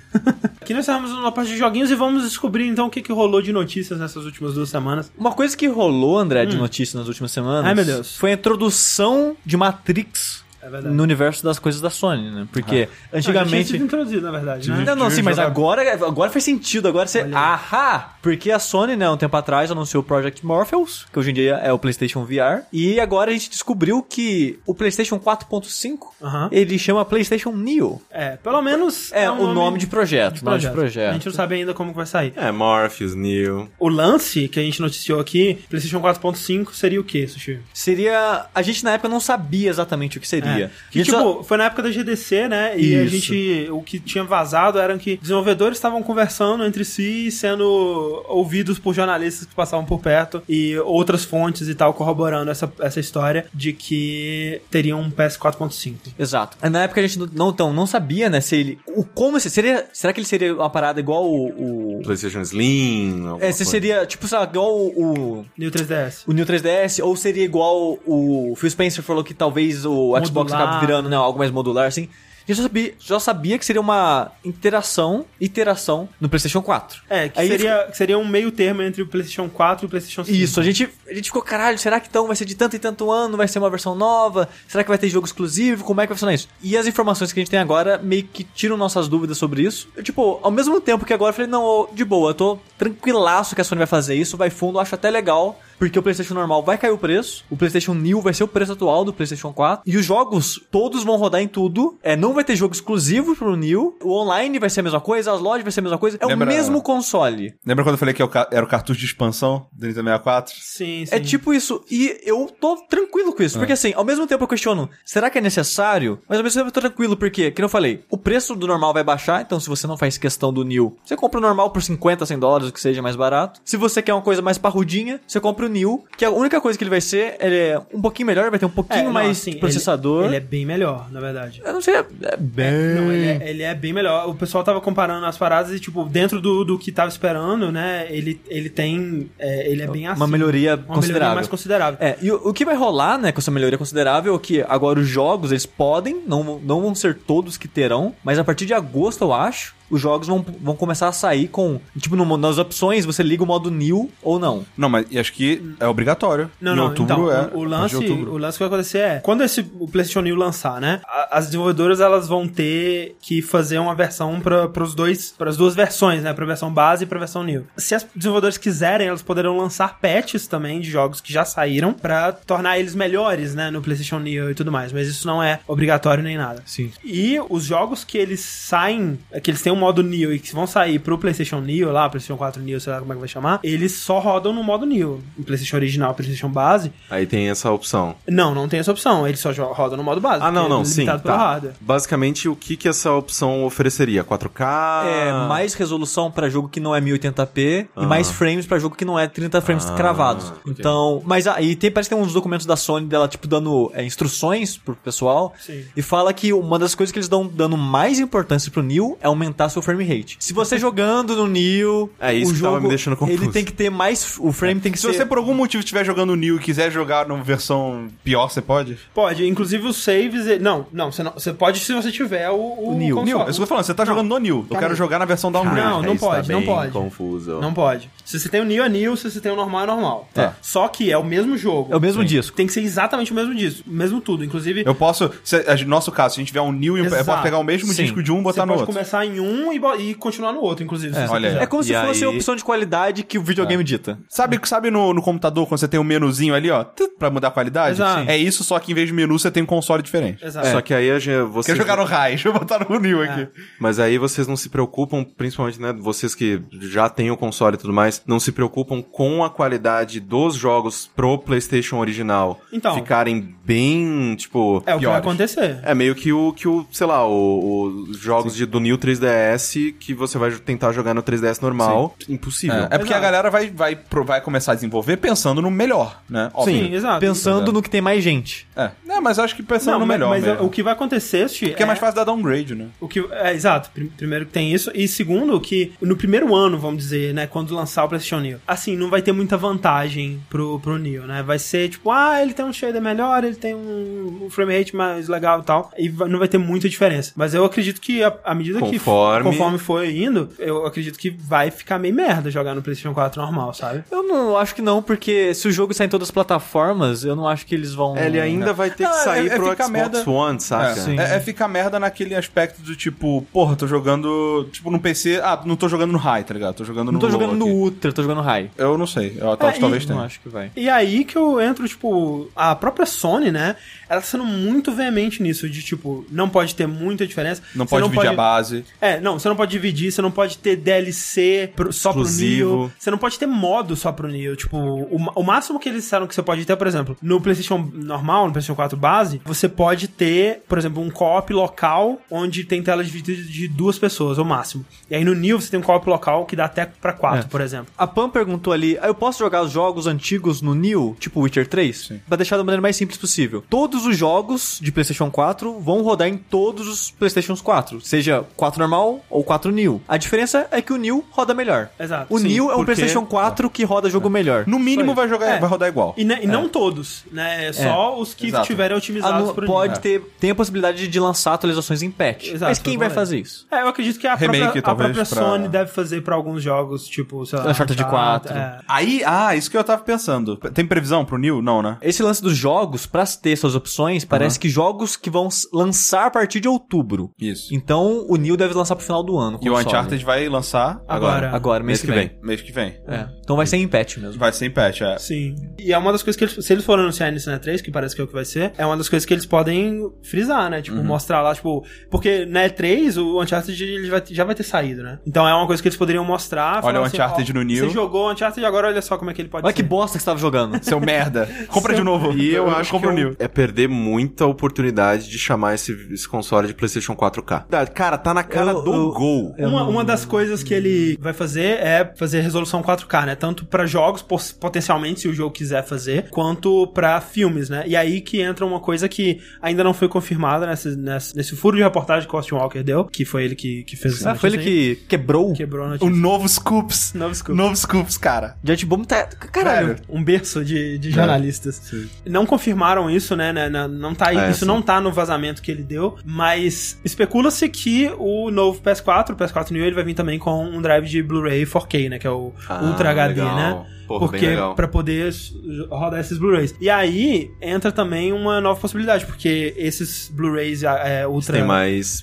A: Aqui nós estamos numa parte de joguinhos e vamos descobrir então o que, que rolou de notícias nessas últimas duas semanas.
D: Uma coisa que rolou, André, de notícia nas últimas semanas.
A: Hum. Ai, meu Deus.
D: Foi a introdução de Matrix
A: É verdade.
D: no universo das coisas da Sony, né?
A: Não, já
D: Porque
A: tinha
D: antigamente.
A: sido introduzido, na verdade, né?
D: Não, não, sim, mas
B: Jogar-
D: agora, agora faz sentido. Agora você. Ahá! Porque a Sony, né, um tempo atrás anunciou o Project Morpheus, que hoje em dia é o PlayStation VR. E agora a gente descobriu que o PlayStation 4.5
A: Aham.
D: ele chama PlayStation Neo.
A: É, pelo menos...
D: É,
A: um
D: o nome de projeto. nome de projeto.
A: A gente não sabe ainda como que vai sair.
C: É, Morpheus, Neo.
A: O lance que a gente noticiou aqui, PlayStation 4.5, seria o quê, Sushi?
D: Seria. A gente na época não sabia exatamente o que
A: É.
D: seria. A
A: Que,
D: gente
A: tipo,
D: só-
A: foi na época da GDC, né? E a
D: Isso.
A: gente. O que tinha vazado eram que desenvolvedores estavam conversando entre si, e sendo ouvidos por jornalistas que passavam por perto e outras fontes e tal, corroborando essa, essa história de que teriam um PS 4.5.
D: Exato. Na época a gente não- não, então, não sabia, né, se ele. O, como se seria. Será que ele seria uma parada igual o. o-
C: PlayStation Slim. alguma
D: é, se
C: coisa.
D: seria, tipo, sei lá, igual o, o,
A: New 3DS.
D: o New 3DS, ou seria igual o Phil Spencer falou que talvez o Xbox
A: Modular.
D: acabe virando, né, algo mais modular, assim. A gente já sabia, já sabia que seria uma interação, iteração no PlayStation 4.
A: É, que
D: Aí
A: seria, que seria um meio termo entre o PlayStation 4 e o PlayStation 5.
D: Isso, é a gente, a gente ficou, caralho, será que então vai ser de tanto e tanto ano? Vai ser uma versão nova? Será que vai ter jogo exclusivo? Como é que vai funcionar isso? E as informações que a gente tem agora meio que tiram nossas dúvidas sobre isso. Eu, tipo, ao mesmo tempo que agora eu falei, não, ô, de boa, eu tô tranquilaço que a Sony vai fazer isso, vai fundo, eu acho até legal. Porque o PlayStation normal vai cair o preço, o PlayStation New vai ser o preço atual do PlayStation 4, e os jogos todos vão rodar em tudo. É, não vai ter jogo exclusivo pro New, o online vai ser a mesma coisa, as lojas vai ser a mesma coisa, é
B: Lembra-
D: o mesmo console.
B: Lembra quando eu falei que é o ca- era o cartucho de expansão do Nintendo 64?
A: Sim, sim. Ah.
D: É tipo isso. E eu tô tranquilo com isso. Porque assim, ao mesmo tempo eu questiono, será que é necessário? Mas ao mesmo tempo eu tô tranquilo, porque, que eu falei, o preço do normal vai baixar, então se você não faz questão do New, você compra o normal por 50, 100 dólares, o que seja mais barato. Se você quer uma coisa mais parrudinha, você compra o New, que a única coisa que ele vai ser, ele é um pouquinho melhor, vai ter um pouquinho
A: não,
D: mais
A: assim, ele-
D: processador.
A: ele é bem melhor, na verdade.
D: Eu não sei, é, é bem...
A: Não, ele
B: Hum.
A: é, ele é bem melhor. O pessoal tava comparando as paradas e, tipo, dentro do, do que tava esperando, né? Ele, ele tem. é, ele é bem assim.
D: Uma melhoria considerável.
A: mais considerável.
D: É, e o, o que vai rolar, né, com essa melhoria considerável é que agora os jogos, eles podem, não, não vão ser todos que terão, mas a partir de agosto, eu acho, os jogos vão, vão começar a sair com. Tipo, no- nas opções, você liga o modo new ou não.
B: Não, mas e acho que é obrigatório.
A: Não,
B: em
A: não,
B: outubro
A: então,
B: é.
A: o- o,
B: a
A: lance,
B: partir de outubro.
A: o lance que vai acontecer é, quando esse, o PlayStation New lançar, né, a- as desenvolvedoras elas vão ter que fazer uma versão para os dois, para as duas versões, né, para versão base e para versão New. Se as desenvolvedoras quiserem, elas poderão lançar patches também de jogos que já saíram para tornar eles melhores, né, no PlayStation New e tudo mais, mas isso não é obrigatório nem nada.
B: Sim.
A: E os jogos que eles saem, que eles têm um modo Neo e que vão sair pro PlayStation Neo lá, PlayStation 4 Neo, sei lá como é que vai chamar, eles só rodam no modo Neo. Em PlayStation original, PlayStation base.
C: Aí tem essa opção.
A: Não, não tem essa opção. Eles só jo- rodam no modo base.
C: Ah, não,
A: porque é
C: não, sim.
A: limitado pela
C: Tá.
A: hardware.
C: Basicamente, o que, que essa opção ofereceria? 4K?
D: É, mais resolução pra jogo que não é 1080p
C: Ah.
D: e mais frames pra jogo que não é 30 frames cravados. Então, mas aí tem, parece que tem uns documentos da Sony dela, tipo, dando é, instruções pro pessoal.
A: Sim.
D: E fala que uma das coisas que eles dão dando mais importância pro Neo é aumentar seu frame rate. Se você jogando no Neo,
C: É isso
D: o
C: que tava
D: jogo,
C: me deixando confuso. É.
D: ele tem que ter mais, o frame tem que
B: Se
D: ser...
B: você por algum motivo estiver jogando New e quiser jogar numa versão pior, você pode?
A: Pode, inclusive os saves. e- Não, não, você não- você pode se você tiver o, o,
D: Neo.
A: console.
B: New, é isso que eu tô falando, você tá jogando no New. Eu
A: Cara,
B: quero jogar na versão downgrade.
A: não, não
C: isso tá
A: pode, não
C: bem
A: pode.
C: confuso. É.
A: Não pode. Se você tem o Neo, é Neo. Se você tem o normal, é normal.
B: Tá.
A: É. Só que é o mesmo jogo.
D: É o mesmo disco.
A: Tem que ser exatamente o mesmo disco. Mesmo tudo. Inclusive,
B: Eu posso, se, a- no nosso caso, se a gente tiver um New, eu
A: Exato.
B: posso pegar o mesmo
D: Sim.
B: disco de um e
A: você
B: botar no
A: pode
B: outro.
A: começar em um e, bo- e continuar no outro, inclusive. se
D: É,
A: você
B: olha aí.
A: quiser.
D: é como se
C: E
D: fosse a
C: aí- É.
D: opção de qualidade que o videogame dita.
B: Sabe, sabe no, no computador, quando você tem um menuzinho ali, ó, tut, pra mudar a qualidade?
A: Exato.
B: É isso, só que em vez de menu, você tem um console diferente.
A: Exato.
C: Só que aí a gente-
B: Quer
C: vocês...
B: jogar no high, deixa eu botar no new aqui.
C: Mas aí vocês não se preocupam, principalmente, né, vocês que já têm o console e tudo mais, não se preocupam com a qualidade dos jogos pro PlayStation original
A: Então.
C: ficarem bem,
A: É
C: tipo,
A: o que vai
C: piores.
A: acontecer.
C: É meio que o que o, sei lá, o- os jogos de, do New 3DS que você vai tentar jogar no 3DS normal, impossível.
B: É, é porque a galera vai, vai, pro- vai começar a desenvolver pensando no melhor, né? Óbvio.
A: Sim, exato. Então,
D: Pensando no que tem mais gente.
B: É. Não, mas eu acho que pensando
A: Não,
B: no
A: mas-
B: melhor
A: mas, é,
B: mesmo.
A: o que vai acontecer, Sti,
B: Porque é... mais fácil dar downgrade, né?
A: O que, é, exato. Prim- Primeiro que tem isso. E segundo, que no primeiro ano, vamos dizer, né? Quando lançar o PlayStation Neo. Assim, não vai ter muita vantagem pro, pro Neo, né? Vai ser tipo, ah, ele tem um shader melhor, ele tem um, um frame rate mais legal e tal. E va- não vai ter muita diferença. Mas eu acredito que a- à medida
C: Conforme-
A: que... Conforme foi indo, eu acredito que vai ficar meio merda jogar no PlayStation 4 normal, sabe?
D: Eu não acho que não, porque se o jogo sair em todas as plataformas, eu não acho que eles vão.
C: É, Ele ainda vai ter que
B: Não, é-
C: sair
B: é
C: pro
B: ficar
C: Xbox
B: merda.
C: One,
B: É,
C: saca?
D: sim.
B: é, é ficar merda naquele aspecto do tipo, porra, tô jogando, tipo, no PC, ah, não tô jogando no high, tá ligado? Tô jogando
D: Não
B: no
D: tô
B: low
D: jogando no
B: aqui.
D: Ultra, tô jogando High.
B: Eu não sei, eu acho que
A: É,
B: talvez
A: e-
D: Não
B: tenha.
D: acho que vai.
A: E aí que eu entro, tipo, a própria Sony, né? Ela tá sendo muito veemente nisso, de tipo, não pode ter muita diferença.
B: Não
A: Você
B: pode dividir a base.
A: É, não, você não pode dividir, você não pode ter DLC pro- só
C: Exclusivo.
A: pro Neo, você não pode ter modo só pro Neo. Tipo, o, ma- o máximo que eles disseram que você pode ter, por exemplo, no PlayStation normal, no PlayStation 4 base, você pode ter, por exemplo, um co-op local onde tem tela dividida de duas pessoas, o máximo. E aí no Neo você tem um co-op local que dá até pra quatro,
B: É.
A: por exemplo.
D: A Pam perguntou ali: ah, eu posso jogar os jogos antigos no New, tipo Witcher 3? Pra deixar da maneira mais simples possível. Todos os jogos de PlayStation 4 vão rodar em todos os PlayStations 4, seja 4 normal ou 4 New. A diferença é que o New roda melhor.
A: Exato.
D: O
A: Sim,
D: New é um
C: porque-
D: PlayStation 4 que roda jogo melhor.
B: No mínimo vai jogar,
A: É.
B: vai rodar igual.
A: E, ne- e não todos, né? Só os que
B: É. exato.
A: tiverem
D: Ah,
A: otimizados
D: não-
A: pro
D: pode
A: Neo.
D: ter. Tem a possibilidade de lançar atualizações em patch.
A: Exato,
D: Mas quem
A: eu
D: vai
A: falei.
D: fazer isso?
A: É, eu acredito que a
B: Remake,
A: própria, a
B: talvez,
A: própria
B: pra-
A: Sony deve fazer pra alguns jogos, tipo, sei lá...
D: Uncharted
A: Uncharted,
D: 4.
A: é.
B: Aí, ah, isso que eu tava pensando. Tem previsão pro New? Não, né?
D: Esse lance dos jogos, pra ter suas opções, parece que jogos que vão s- lançar a partir de outubro.
B: Isso.
D: Então, o Neo deve lançar pro final do ano.
B: E o
D: console.
B: Uncharted vai lançar
A: Agora.
D: Agora, mês, que vem.
B: Mês que vem.
D: É. Então vai ser em patch mesmo.
B: Vai sem patch, é.
A: Sim. E é uma das coisas que eles, se eles forem anunciar nesse E3, que parece que é o que vai ser, é uma das coisas que eles podem frisar, né? Tipo,
B: Uhum.
A: mostrar lá, tipo, porque na E3 o Uncharted ele vai- já vai ter saído, né? Então é uma coisa que eles poderiam mostrar. falar assim,
B: o Uncharted
A: ó,
B: no Neo.
A: Você jogou o Uncharted agora olha só como é que ele pode
D: Olha que
A: ser.
D: bosta que você tava jogando.
B: Seu merda. Compra de novo.
C: E eu acho que
B: Compra o
C: eu-
B: New.
C: é perder muita oportunidade de chamar esse, esse console de PlayStation 4K. Da- Cara, tá na cara
D: Eu-
C: do
D: eu-
C: gol.
A: Uma,
D: um
A: uma das coisas que ele vai fazer é fazer resolução 4K, né? Tanto pra jogos, pos- potencialmente, se o jogo quiser fazer, quanto pra filmes, né? E aí que entra uma coisa que ainda não foi confirmada nesse, nesse, nesse furo de reportagem que o Austin Walker deu, que foi ele que, que fez essa
D: Ah, foi ele
A: notícia aí.
D: que quebrou.
A: quebrou a
B: O
A: notícia.
B: novo Scoops.
A: Novo Scoops.
B: Novo Scoops, cara.
D: Jet Bomb tá. Caralho.
A: Um berço de,
C: É,
A: de jornalistas. Não confirmaram isso, né? né, né, não tá, aí-
C: É,
A: isso
C: sim.
A: não tá no vazamento que ele deu, mas especula-se que o novo novo pro PS4, o PS4 New ele vai vir também com um drive de Blu-ray 4K, né? Que é o Ultra HD, né?
C: Porra, bem
A: porque
C: Ah, legal.
A: pra poder s- rodar esses Blu-rays. E aí entra também uma nova possibilidade, porque esses Blu-rays é, ultra
C: Tem mais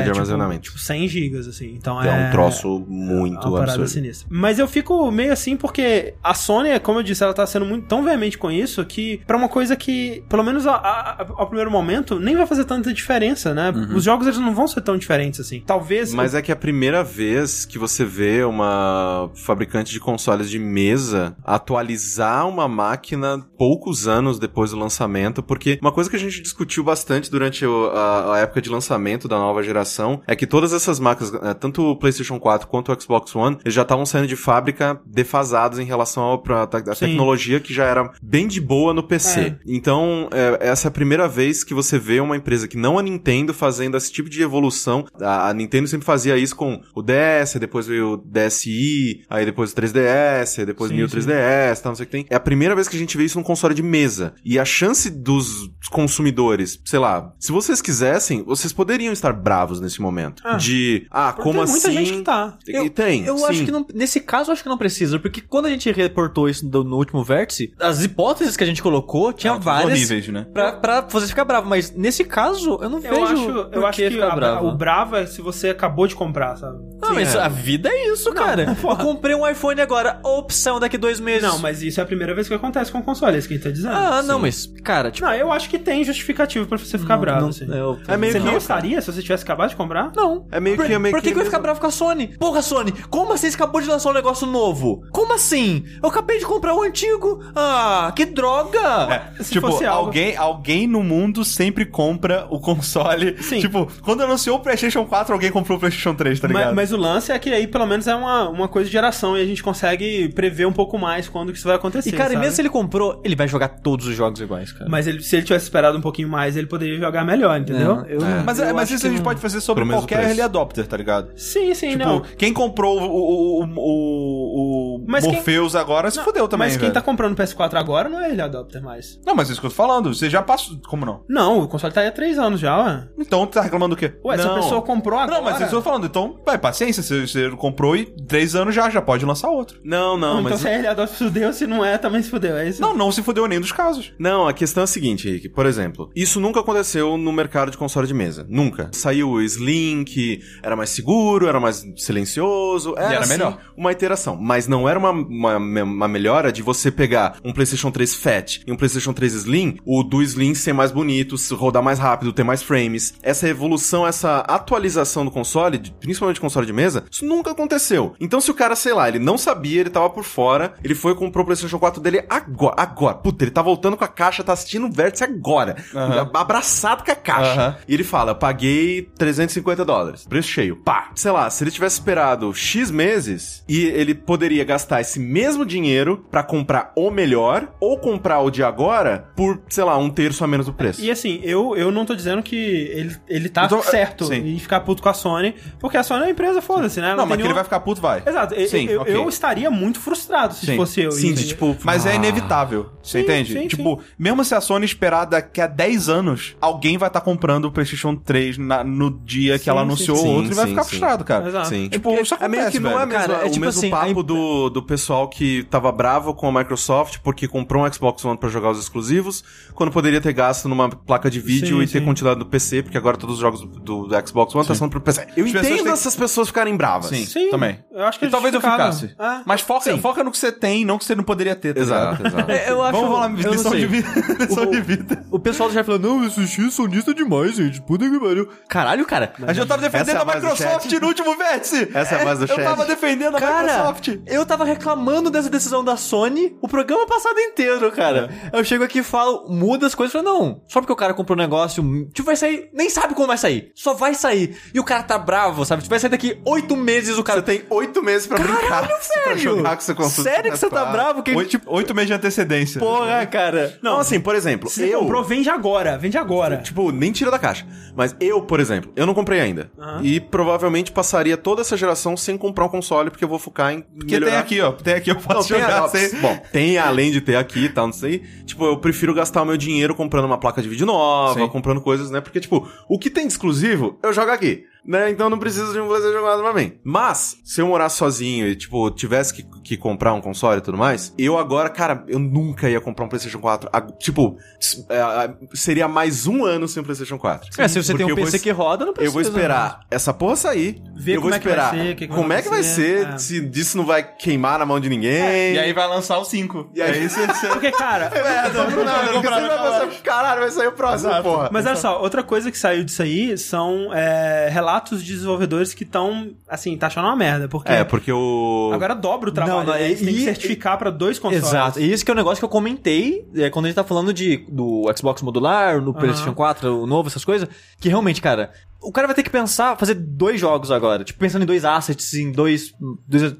A: é,
C: de
A: tipo,
C: armazenamento.
A: tipo 100 gigas assim. Então
C: Que
A: é,
C: é um troço
A: uma
C: muito
A: parada assim,
C: absurdo.
A: sinistra. Mas eu fico meio assim porque a Sony, como eu disse, ela tá sendo muito tão veemente com isso que pra uma coisa que, pelo menos a- a- ao primeiro momento, nem vai fazer tanta diferença, né? Os jogos eles não vão ser tão diferentes assim. Talvez
C: Uhum. Mas é que é a primeira vez que você vê uma fabricante de consoles de mesa atualizar uma máquina poucos anos depois do lançamento, porque uma coisa que a gente discutiu bastante durante o- a, a época de lançamento da nova geração é que todas essas máquinas, eh, tanto o PlayStation 4 quanto o Xbox One, eles já estavam saindo de fábrica defasados em relação ao- pra- ta- à
A: Sim.
C: tecnologia que já era bem de boa no PC.
A: É.
C: Então, é, essa é a primeira vez que você vê uma empresa que não a Nintendo fazendo esse tipo de evolução. A, a Nintendo sempre fazia isso com o DS, aí depois veio o DSi, aí depois o 3DS, aí depois
A: Sim,
C: o New
A: sim.
C: 3DS, tal, não sei o que tem. É a primeira vez que a gente vê isso num console de mesa. E a chance dos consumidores, sei lá, se vocês quisessem, vocês poderiam estar bravos nesse momento.
A: Ah.
C: De, ah,
A: porque
C: como
A: tem muita
C: assim?
A: gente que tá.
C: E tem,
D: Eu acho
C: sim.
D: que não, nesse caso eu acho que não precisa, porque quando a gente reportou isso do- no último vértice, as hipóteses que a gente colocou tinha
B: Altos
D: várias
B: níveis, Tá né?
D: pra, pra você ficar bravo, mas nesse caso eu não
A: Eu
D: vejo
A: acho,
D: por
A: eu acho que
D: ficar
A: a-
D: bravo.
A: o bravo é se você acabou de comprar, sabe?
D: Não, Ah, mas
C: é.
D: a vida é isso, cara. eu comprei um iPhone agora, opção daqui dois meses.
A: Não, mas isso é a primeira vez que acontece com o console, é isso que ele tá dizendo.
D: Ah, não, mas, cara, tipo.
A: Não, eu acho que tem justificativo pra você ficar bravo.
D: não-
A: assim.
D: eu-
C: É meio
A: Você
C: que-
A: não estaria se você tivesse acabado de comprar?
D: Não.
C: É meio
D: Por-
C: que- é meio
D: Por que,
C: que
D: que eu ia
C: mesmo.
D: ficar bravo com a Sony? Porra, Sony, como assim você acabou de lançar um negócio novo? Como assim? Eu acabei de comprar o antigo. Ah, que droga!
A: Se
B: tipo,
A: fosse algo-
B: alguém, alguém no mundo sempre compra o console.
A: Sim.
B: Tipo, quando anunciou o PlayStation 4, alguém comprou o PlayStation 3, tá ligado?
A: Mas, mas o lance é que aí pelo menos é uma, uma coisa de geração e a gente consegue prever um pouco mais quando que isso vai acontecer.
D: e cara, e
A: sabe?
D: mesmo se ele comprou, ele vai jogar todos os jogos iguais, cara.
A: Mas ele- se ele tivesse esperado um pouquinho mais, ele poderia jogar melhor, entendeu?
D: Não, eu-
C: É.
B: Mas, é-
D: eu
B: mas
D: acho
B: isso
D: que
B: a gente
D: não.
B: pode fazer sobre
C: Pelo mesmo
B: qualquer
C: preço.
B: early adopter, tá ligado?
A: Sim, sim,
B: Tipo,
A: não.
B: quem comprou o, o, o, o- o
A: Mas quem-
B: Morpheus agora se
A: Não,
B: fodeu também,
A: Mas quem
B: velho.
A: tá comprando o PS4 agora não é ele adopter mais.
B: Não, mas é isso que eu tô falando. Você já passou... Como não?
A: Não, o console tá aí há três anos já, ué.
B: Então tá reclamando do quê?
A: Ué, se a
B: Não.
A: pessoa comprou agora...
B: Não, mas é isso que eu tô falando. Então, vai, paciência. Você, você comprou e três anos já, já pode lançar outro.
C: Não, não,
A: Então
C: mas
A: se é ele adopter, se fudeu, se não é, também se fudeu, é isso?
B: Não, não se fodeu em nenhum dos casos.
C: Não, a questão é a seguinte, Henrique. Por exemplo, isso nunca aconteceu no mercado de console de mesa. Nunca. Saiu o Slim, que era mais seguro, era mais silencioso. assim Era,
B: era
C: sim,
B: melhor.
C: Uma iteração. Mas não era uma, uma, uma melhora de você pegar um PlayStation 3 Fat e um PlayStation 3 Slim, o do Slim ser mais bonito, se rodar mais rápido, ter mais frames. Essa evolução, essa atualização do console, de- principalmente console de mesa, isso nunca aconteceu. Então se o cara, sei lá, ele não sabia, ele tava por fora, ele foi e comprou o PlayStation 4 dele agora, agora. Puta, ele tá voltando com a caixa, tá assistindo o vértice agora.
B: Aham.
C: Abraçado com a caixa.
B: Aham.
C: E ele fala: paguei 350 dólares. Preço cheio. Pá. Sei lá, se ele tivesse esperado X meses e ele poderia gastar esse mesmo dinheiro pra comprar o melhor ou comprar o de agora por, sei lá, um terço a menos do preço.
A: E assim, eu, eu não tô dizendo que ele, ele tá
B: Eu tô-
A: certo
B: sim.
A: em ficar puto com a Sony, porque a Sony é uma empresa, foda-se, né? Ela
B: Não,
A: tem
B: mas que ele
A: nenhuma-
B: vai ficar puto, vai.
A: Exato. Eu-
B: Sim,
A: eu,
B: ok.
A: eu estaria muito frustrado se
B: Sim.
A: fosse eu.
C: Sim,
A: entendeu?
C: de tipo.
B: Mas
C: ah.
B: é inevitável, você
A: Sim,
B: entende?
A: sim,
B: tipo, mesmo se a Sony esperar daqui a 10 anos, alguém vai estar comprando o PlayStation 3 na- no dia que
A: Sim,
B: ela
A: sim,
B: anunciou
C: sim.
B: o outro e vai
C: Sim,
B: ficar
C: sim.
B: frustrado, cara.
A: Exato.
C: Sim.
B: Tipo, isso
C: É meio
B: acontece,
C: que não é
B: velho.
C: mesmo,
D: Cara, é
C: o
D: tipo
C: mesmo
D: assim, a
C: papo
D: imp-
C: do, do pessoal que tava bravo com a Microsoft porque comprou um Xbox One pra jogar os exclusivos, quando poderia ter gasto numa placa de vídeo
A: Sim,
C: e ter
A: sim.
C: continuado no PC, porque agora todos os jogos do, do Xbox One estão sendo pro PC. Eu
B: As pessoas
C: entendo
B: têm-
C: essas pessoas ficarem bravas.
B: Sim.
A: Sim.
B: Também.
A: Eu acho que
B: E
A: é
B: talvez eu
A: justificável.
B: ficasse.
A: Ah,
B: Mas foca,
A: sim.
B: foca no que você tem, não que você não poderia ter. tá
C: Exato,
B: ligado?
C: exato.
D: É, eu acho.
B: Vamos falar
D: eu não
B: lição
D: sei.
B: de vida. lição de vida.
D: O pessoal já falou: não, esses X sonista demais, gente. Puta que pariu. Caralho, cara.
B: A gente tava defendendo
C: Essa é a
B: a
C: voz do
B: Microsoft
C: chat.
B: no último vértice.
C: Essa é a voz do
B: Eu
C: chat.
B: tava defendendo a
D: Cara,
B: Microsoft.
D: eu tava reclamando dessa decisão da Sony o programa passado inteiro, cara.
C: É.
D: Eu chego aqui e falo, muda as coisas, eu falo, não, só porque o cara comprou um negócio, tipo, vai sair, nem sabe quando vai sair, só vai sair. E o cara tá bravo, sabe? Tipo, vai sair daqui oito meses o cara...
C: Você tem tipo, oito meses pra brincar, pra
D: velho!
C: jogar com seu console.
D: Sério que você tá bravo? Que,
B: Oito, oito meses de antecedência.
D: porra, cara. Então,
C: Não, assim, por exemplo,
A: Se
C: eu...
A: comprou, vende agora. Vende agora.
C: Tipo, nem tira da caixa. Mas eu, por exemplo, eu não comprei ainda.
A: Aham.
C: E provavelmente passaria toda essa geração sem comprar um console, porque eu vou focar em
B: Porque tem aqui, ó. Tem aqui, eu
C: Não,
B: posso
C: tem
B: jogar
C: a-
B: sem...
C: Bom, tem além de ter aqui e tal, não sei. Tipo, eu prefiro gastar o meu dinheiro comprando uma placa de vídeo nova,
B: Sim.
C: comprando coisas, né? Porque, tipo, o que tem de exclusivo, eu jogo aqui. né? Então não preciso de um PlayStation 4 pra mim. Mas, se eu morar sozinho e, tipo, tivesse que, que comprar um console e tudo mais, eu agora, cara, eu nunca ia comprar um PlayStation 4. A- tipo, s- é, a- seria mais um ano sem um PlayStation 4.
D: É, se você tem um
C: Porque eu vou
D: PC
C: es-
D: que roda, não né? precisa.
C: Eu vou esperar essa porra sair.
A: Ver
C: eu vou
A: como é que vai
C: esperar
A: ser, que que
C: como
A: vai
C: é que vai
A: acontecer,
C: ser,
A: é.
C: se disso não vai queimar na mão de ninguém.
B: E aí vai lançar o 5.
C: E aí você.
A: Porque, cara,
C: É, não, não, não, porque você vai pensar, caralho, vai sair o próximo, porra.
A: Mas olha só, outra coisa que saiu disso aí são é, relatos de desenvolvedores que estão, assim, tá achando uma merda, porque
C: É, porque o.
A: agora dobra o trabalho,
D: Não, não,
A: né? Eles têm que
D: e-
A: certificar pra dois consoles.
D: Exato. E isso que é um negócio que eu comentei é, quando a gente tá falando de, do Xbox modular, no PlayStation 4, o novo, essas coisas, que realmente, cara, o cara vai ter que pensar, fazer dois jogos agora. Tipo, pensando em dois assets, em dois. dois
A: é
D: duas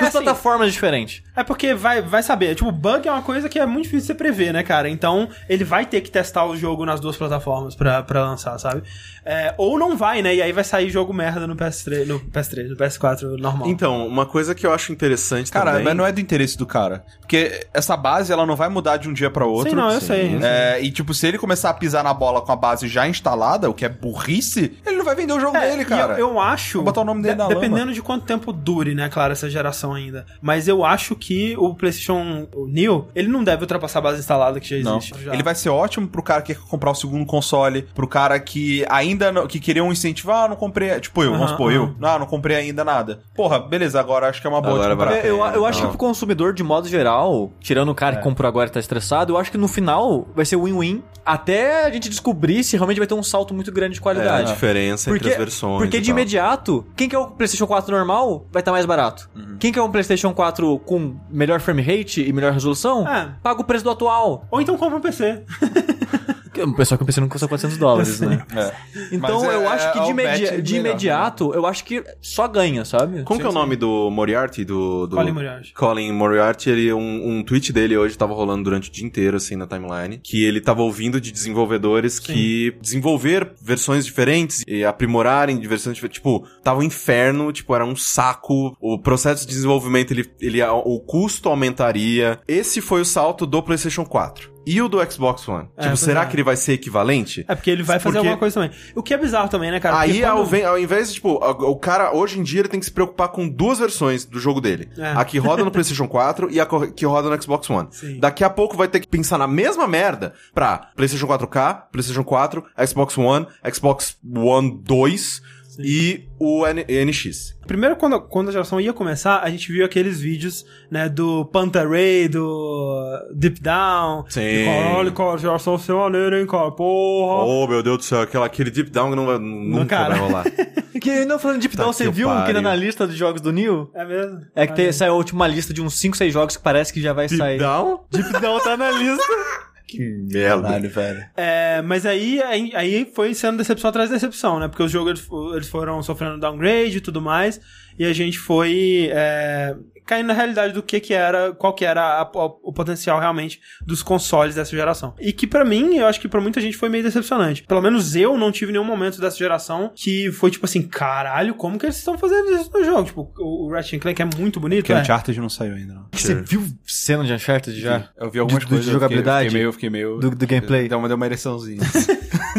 A: assim.
D: plataformas diferentes.
A: É porque vai, vai saber, tipo, bug é uma coisa que é muito difícil de você prever, né, cara? Então, ele vai ter que testar o jogo nas duas plataformas pra, pra lançar, sabe? É, ou não vai, né? E aí vai sair jogo merda no PS3, no PS3, no PS4 normal.
C: Então, uma coisa que eu acho interessante
A: tá
B: Cara,
C: também.
B: mas não é do interesse do cara. Porque essa base, ela não vai mudar de um dia pra outro.
A: Sim, não, eu sei, eu sei.
B: É, e tipo, se ele começar a pisar na bola com a base já instalada, o que é burrice, ele não vai vender o jogo
A: É,
B: dele,
A: e
B: cara.
A: Eu, eu acho.
B: Vou botar o nome dele
A: de-
B: na lama.
A: Dependendo de quanto tempo dure, né, claro, essa geração ainda. Mas eu acho que o PlayStation o Neo, ele não deve ultrapassar a base instalada que já
B: Não.
A: existe. Já.
B: Ele vai ser ótimo pro cara que quer comprar o segundo console, pro cara que ainda não, que queria um incentivo, ah, não comprei, tipo eu,
A: Aham,
B: vamos supor, eu, ah, não comprei ainda nada. Porra, beleza, agora acho que é uma boa
C: Agora
B: de comprar.
C: vai-
D: É, eu, eu acho
C: não.
D: que pro consumidor, de modo geral, tirando o
A: É.
D: cara que comprou agora e tá estressado, eu acho que no final vai ser win-win até a gente descobrir se realmente vai ter um salto muito grande de
C: É, a
D: qualidade.
C: diferença
D: Porque,
C: entre as versões.
D: porque
C: e
D: de
C: tal.
D: imediato, quem quer o PlayStation 4 normal vai estar mais barato.
C: Uhum.
D: Quem quer um PlayStation 4 com melhor frame rate e melhor resolução,
A: É.
D: paga o preço do atual.
A: Ou então compra um PC.
D: Que- O pessoal que eu pensei não custa 400 dólares, né?
B: É.
D: Então
B: Mas é-
D: eu acho
B: é
D: que de,
B: o
D: imedi-
B: match
D: de
B: melhor,
D: imediato, eu acho que só ganha, sabe?
C: né? Como que é o nome do Moriarty? Do, do...
A: Colin Moriarty.
C: Colin Moriarty, ele, um, um tweet dele hoje tava rolando durante o dia inteiro, assim, na timeline, que ele tava ouvindo de desenvolvedores que desenvolver versões diferentes e aprimorarem de versões diferentes, tipo, tava um inferno, tipo, era um saco, o processo de desenvolvimento, ele, ele, o custo aumentaria. Esse foi o salto do PlayStation 4. E o do Xbox One?
A: É,
C: tipo,
A: pois
C: será
A: é.
C: que ele vai ser equivalente?
A: É porque ele vai fazer
C: Porque-
A: alguma coisa também. O que é bizarro também, né, cara?
C: Aí,
A: Porque quando-
C: ao, ve- ao invés de, tipo, a- o cara, hoje em dia, ele tem que se preocupar com duas versões do jogo dele.
A: É.
C: A que roda no PlayStation 4 e a co- que roda no Xbox One.
A: Sim.
C: Daqui a pouco vai ter que pensar na mesma merda pra PlayStation 4K, PlayStation 4, Xbox One, Xbox One 2 e o N- NX.
A: Primeiro, quando, quando a geração ia começar, a gente viu aqueles vídeos, né, do Pantaray, do Deep Down.
C: Sim.
A: E, Caralho, cara, geração sem maneira, hein, cara, porra.
C: Oh, meu Deus do céu, aquela, aquele deep down que não vai, nunca
A: cara.
C: vai rolar.
D: Que não falando de Deep Down,
C: que
D: você viu
C: pariu.
D: que tá na lista de jogos do Neo?
A: É mesmo?
D: É que tem, saiu a última lista de uns 5, 6 jogos que parece que já vai sair.
C: down?
D: Deep Down tá na lista.
C: Que merda.
B: Caralho, velho.
A: É, mas aí, aí, aí foi sendo decepção atrás de decepção, né? Porque os jogos eles fo- eles foram sofrendo downgrade e tudo mais, e a gente foi é, caindo na realidade do que que era, qual que era a- a- o potencial realmente dos consoles dessa geração. E que pra mim, eu acho que pra muita gente foi meio decepcionante. Pelo menos eu não tive nenhum momento dessa geração que foi tipo assim, caralho, como que eles estão fazendo isso no jogo? Tipo, o o Ratchet and Clank é muito bonito,
B: Porque
A: é.
B: Uncharted não saiu ainda, não.
D: Você viu cena de Uncharted já?
B: Eu vi algumas
D: Do- do-
B: coisas.
D: de
B: eu fiquei-
D: jogabilidade?
B: Fiquei meio, fiquei meio... Então,
D: Do- do gameplay?
B: Deu uma, deu uma ereçãozinha.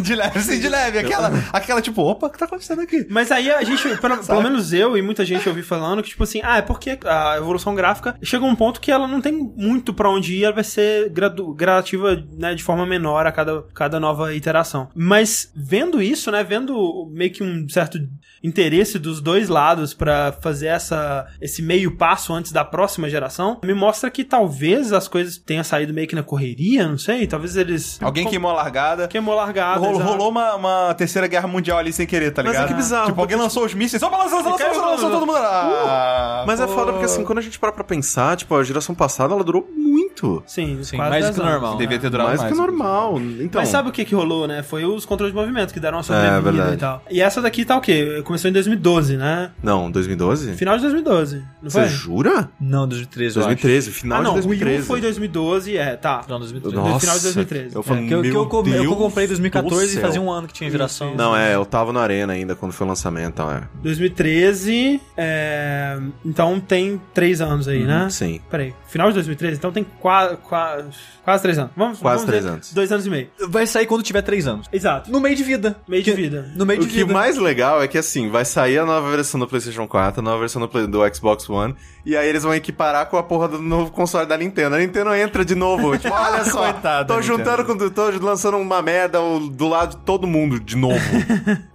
B: de leve, sim, de leve. Aquela, aquela tipo, opa, o que tá acontecendo aqui?
A: Mas aí a gente, pelo, pelo menos eu e muita gente ouvi falando que, tipo assim, ah, é porque a evolução gráfica chega a um ponto que ela não tem muito pra onde ir, ela vai ser gradu- gradativa, né, de forma menor a cada, cada nova iteração. Mas vendo isso, né, vendo meio que um certo interesse dos dois lados pra fazer essa, esse meio passo antes da próxima geração, me mostra que talvez as coisas tenham saído meio que na correria, não sei, talvez eles...
B: Alguém queimou a largada.
A: Queimou largada.
B: Rolou,
A: exato.
B: rolou uma, uma terceira guerra mundial ali sem querer, tá
C: Mas é
B: ligado?
C: que bizarro,
B: Tipo, alguém lançou os mísseis, só balançou, só lançou,
A: caiu
B: só lançou
A: todo
B: todo mundo. Ah,
C: Mas é
B: pô.
C: foda porque, assim, quando a gente para pra pensar, tipo, a geração passada, ela durou muito.
A: Sim,
D: Sim,
A: quase
D: mais
A: 10
D: do que
A: anos,
D: normal.
A: né?
B: Devia ter durado
C: Mais
B: mais.
C: que normal. Então... É,
A: Mas sabe o que que rolou, né? Foi os controles de movimento que deram uma sobrevivida
C: verdade.
A: e tal. E essa daqui tá o quê? Começou em 2012, né?
C: Não, 2012?
A: Final de 2012, não
C: Você
A: foi?
C: jura?
D: Não, 2013, eu acho.
C: 2013, final
A: Ah, não,
C: de
A: o Wii
C: 2013.
A: U foi 2012, é, tá.
D: Ah, Não, 2013.
A: Nossa. final de 2013.
C: Eu
D: É,
C: falei,
D: que eu, que
C: meu
D: eu, com- eu
C: Deus
D: comprei em 2014
C: do
D: e fazia
C: céu.
D: um ano que tinha geração.
C: Não, é, eu tava na arena ainda quando foi o lançamento, então é.
A: 2013, é... então tem 3 anos aí, né?
C: Sim. Hum.
A: Peraí, final de 2013, então tem Qua, qua- quase três anos. Vamos,
C: Quase
A: vamos
C: três
A: dizer
C: anos.
A: Dois anos e meio.
D: Vai sair quando tiver 3 anos.
A: Exato.
D: No meio de vida.
A: Meio de
D: Que-
A: vida.
D: No meio
C: O
D: de
C: que
D: vida.
C: mais legal é que assim, vai sair a nova versão do PlayStation 4, a nova versão do, Play- do Xbox One, e aí eles vão equiparar com a porra do novo console da Nintendo. A Nintendo entra de novo, tipo, olha só,
B: Coitada
C: tô
B: da
C: juntando com tô lançando uma merda o- do lado de todo mundo de novo.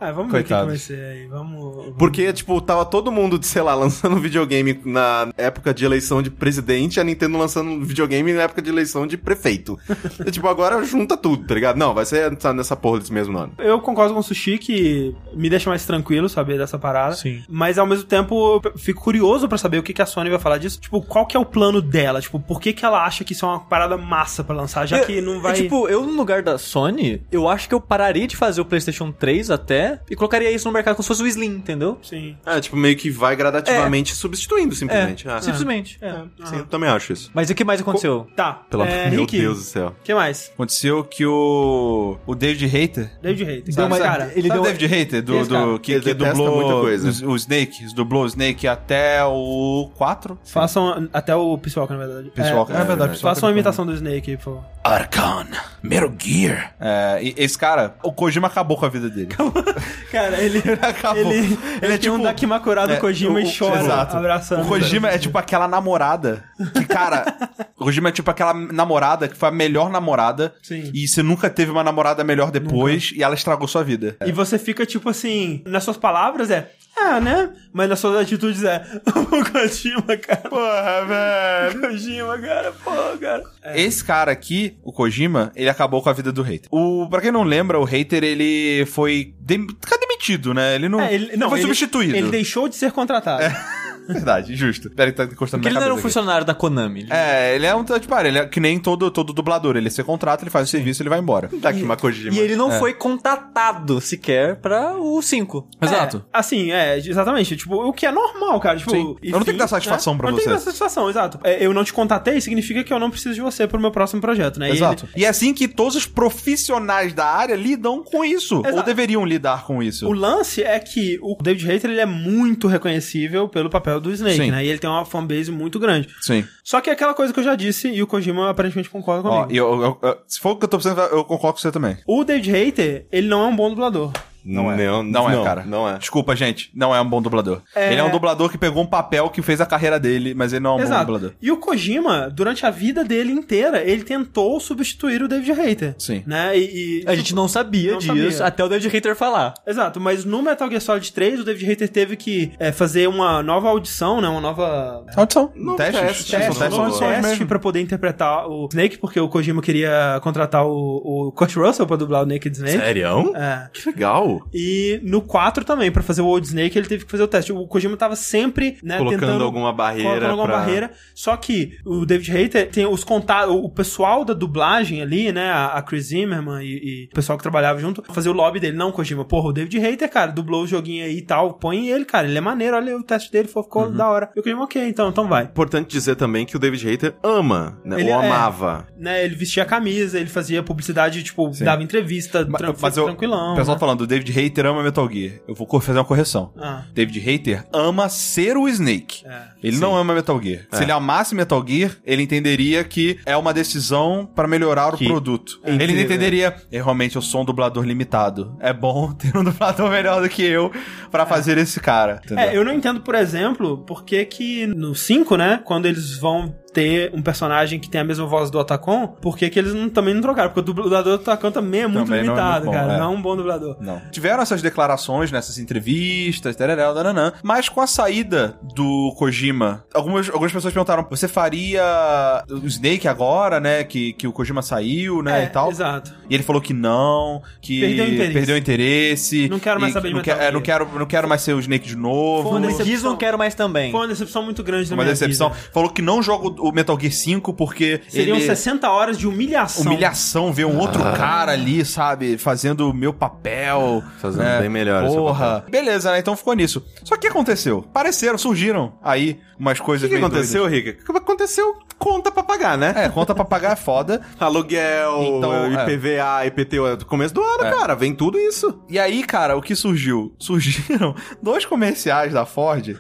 A: Ah, vamos
B: Coitados.
A: ver o que que vai ser aí. Vamos. vamos-
C: Porque, tipo, tava todo mundo, de, sei lá, lançando videogame na época de eleição de presidente, a Nintendo lançando videogame na época de eleição de prefeito. E, tipo, agora junta tudo, tá ligado? Não, vai ser tá nessa porra desse mesmo nome.
A: Eu concordo com o Sushi que me deixa mais tranquilo saber dessa parada.
B: Sim.
A: Mas ao mesmo tempo eu p- fico curioso pra saber o que, que a Sony vai falar disso. Tipo, qual que é o plano dela? Tipo, por que, que ela acha que isso é uma parada massa pra lançar, já
D: Eu-
A: que não vai.
D: é, tipo, eu no lugar da Sony, eu acho que eu pararia de fazer o PlayStation 3 até e colocaria isso no mercado como se fosse o Slim, entendeu?
A: Sim.
C: É, tipo, meio que vai gradativamente substituindo, simplesmente. Ah,
D: Simplesmente.
A: É.
C: Sim, eu também acho isso.
D: Mas e o que mais aconteceu?
A: Tá.
C: Pelo
A: é,
C: meu
A: Rick,
C: Deus do céu.
A: O que mais?
B: Aconteceu que o. O David Hater.
A: David Hater.
D: Deu
A: Sabe,
D: uma-
A: cara. tá
B: Sabe
D: ele deu-
B: o David Hater? Do,
A: Esse cara.
B: do, que
C: Ele
B: que
C: detesta
B: dublou
C: muita coisa.
B: os- O Snake. Dublou o Snake até o 4.
A: Façam até o pessoal, na verdade.
B: Pessoal,
A: é,
B: é,
C: né?
B: verdade. pessoal
A: Façam uma
B: que-
A: imitação do Snake, por favor.
B: Arcan, Metal Gear. É, e- esse cara, o Kojima acabou com a vida dele.
A: Cara, ele.
B: acabou.
A: Ele, ele, é
B: tipo-
A: tipo um Dakimakura do
B: É,
A: Kojima
B: o-
A: e chora
B: exato.
A: abraçando.
B: O Kojima é tipo aquela namorada que, cara. o Kojima é tipo aquela namorada que foi a melhor namorada.
A: Sim.
B: E você nunca teve uma namorada melhor depois e ela estragou sua vida.
A: E você fica tipo assim, nas suas palavras é, ah, né? Mas nas suas atitudes é, o Kojima, cara. Porra, velho. Kojima, cara, porra, cara.
B: É. Esse cara aqui, o Kojima, ele acabou com a vida do hater. O, pra quem não lembra, o hater ele foi dem- ficar demitido, né? Ele não,
A: É, ele- não,
B: foi
A: ele-
B: substituído. É.
A: Ele deixou de ser contratado.
B: Verdade, justo. Peraí, tá encostando
D: Porque ele
B: minha
D: não era um
B: cabeça aqui.
D: funcionário da Konami. Ele-
B: É, ele é um tipo, ele é que nem todo, todo dublador. Ele se contrata, ele faz o serviço, ele vai embora. Tá
C: Daqui uma Kojima.
D: E ele não foi contatado sequer pra o 5.
B: Exato.
A: É, assim, é, exatamente. Tipo, o que é normal, cara. Tipo, né?
B: Sim. Eu não tenho que dar satisfação pra
A: Eu Não tenho que
B: você.
A: dar satisfação, exato. É, eu não te contatei significa que eu não preciso de você pro meu próximo projeto, né? E
B: Exato.
A: ele-
B: E é assim que todos os profissionais da área lidam com isso. Ou
A: Exato.
B: deveriam lidar com isso.
A: O lance é que o David Hayter ele é muito reconhecível pelo papel do Snake,
B: Sim.
A: né? E ele tem uma fanbase muito grande.
B: Sim.
A: Só que é aquela coisa que eu já disse e o Kojima aparentemente concorda
B: Ó,
A: comigo.
B: eu, eu- eu- se for o que eu tô pensando, eu concordo com você também.
A: O David Hayter, ele não é um bom dublador.
C: Não,
B: Não, é, cara.
C: Não é.
B: Desculpa, gente. Não é um bom dublador.
A: É.
B: Ele é um dublador que pegou um papel que fez a carreira dele, mas ele não é um bom dublador.
A: E o Kojima, durante a vida dele inteira, ele tentou substituir o David Hayter.
B: Sim.
A: Né? E, e-
D: A gente não sabia
A: Não
D: disso
A: sabia.
D: até o David Hater falar.
A: Exato, mas no Metal Gear Solid 3, o David Hayter teve que é, fazer uma nova audição, né? Uma nova...
B: Audição.
C: Não,
B: Testes.
C: teste,
B: Testes,
C: não,
B: são testes,
C: não,
B: são
C: não.
B: audições
A: teste
B: mesmo.
A: pra poder interpretar o Snake, porque o Kojima queria contratar o, o Kurt Russell pra dublar o Naked Snake.
C: Sério?
A: É.
C: Que legal.
A: E no 4 também, pra fazer o Old Snake, ele teve que fazer o teste. O Kojima tava sempre, né,
C: Colocando
A: tentando...
C: É, alguma barreira
A: Colocando alguma
C: pra-
A: barreira. Só que o David Hayter tem os contatos... O pessoal da dublagem ali, né, a a Chris Zimmerman e, e o pessoal que trabalhava junto, fazer o lobby dele. Não, Kojima, porra, o David Hayter, cara, dublou o joguinho aí e tal, põe ele, cara, ele é maneiro, olha o teste dele, foi-
B: Uhum.
A: ficou da hora. E o Kojima, ok, então, então vai.
C: Importante dizer também que o David Hayter ama, né?
A: Ele
C: Ou
A: é.
C: amava.
A: Né, ele vestia a camisa, ele fazia publicidade, tipo, dava entrevista,
B: Ma-
A: tran-
B: eu-
A: tranquilão.
B: O pessoal
A: né?
B: falando, David Hater ama Metal Gear. Eu vou co- fazer uma correção.
A: Ah,
B: David Hater ama ser o Snake.
A: é.
B: Ele não ama Metal Gear. Se ele amasse Metal Gear, ele entenderia que é uma decisão pra melhorar
C: Que-
B: o produto. Ele não entenderia. "É, realmente, eu sou um dublador limitado. É bom ter um dublador melhor do que eu pra fazer esse cara. Entendeu?
A: É, eu não entendo, por exemplo, por que que no 5, né, quando eles vão ter um personagem que tem a mesma voz do Otacon, por que que eles não- também não trocaram? Porque o dublador do Otacon também é muito
B: Também não é
A: limitado,
B: muito bom,
A: cara.
B: é.
A: Não é um bom dublador.
B: Não. Tiveram essas declarações nessas entrevistas, tarará, tarará, mas com a saída do Kojima, algumas, algumas pessoas perguntaram: você faria o Snake agora, né? Que, que o Kojima saiu, né?
A: É,
B: e tal.
A: Exato.
B: E ele falou que não, que
A: Perdeu o interesse.
B: perdeu o interesse,
A: Não quero mais
B: e
A: saber de
B: não,
A: Metal
B: quer- é, não
A: Gear.
B: quero, não quero mais ser o Snake de novo.
A: Foi uma
D: Não
A: decepção.
D: quis, não quero mais também.
A: Foi uma decepção muito grande na
B: Uma
A: minha
B: decepção.
A: vida.
B: Falou que não joga o o Metal Gear 5 porque
A: Seriam
B: ele...
A: 60 horas de humilhação.
B: Humilhação, ver um outro
C: Ah.
B: cara ali, sabe, fazendo o meu papel.
C: Fazendo
B: né?
C: bem melhor esse é
B: Porra. Beleza, né? Então ficou nisso. Só que o que aconteceu? Apareceram, surgiram aí umas
C: O
B: coisas
C: que
B: meio
C: aconteceu, Rica? O que aconteceu? Conta pra pagar, né?
B: doidas. É, conta pra pagar é foda.
C: Aluguel,
B: Então, é.
C: IPVA, IPTU, é do começo do ano, cara. Vem tudo isso.
B: E aí, cara, o que surgiu? Surgiram dois comerciais da Ford,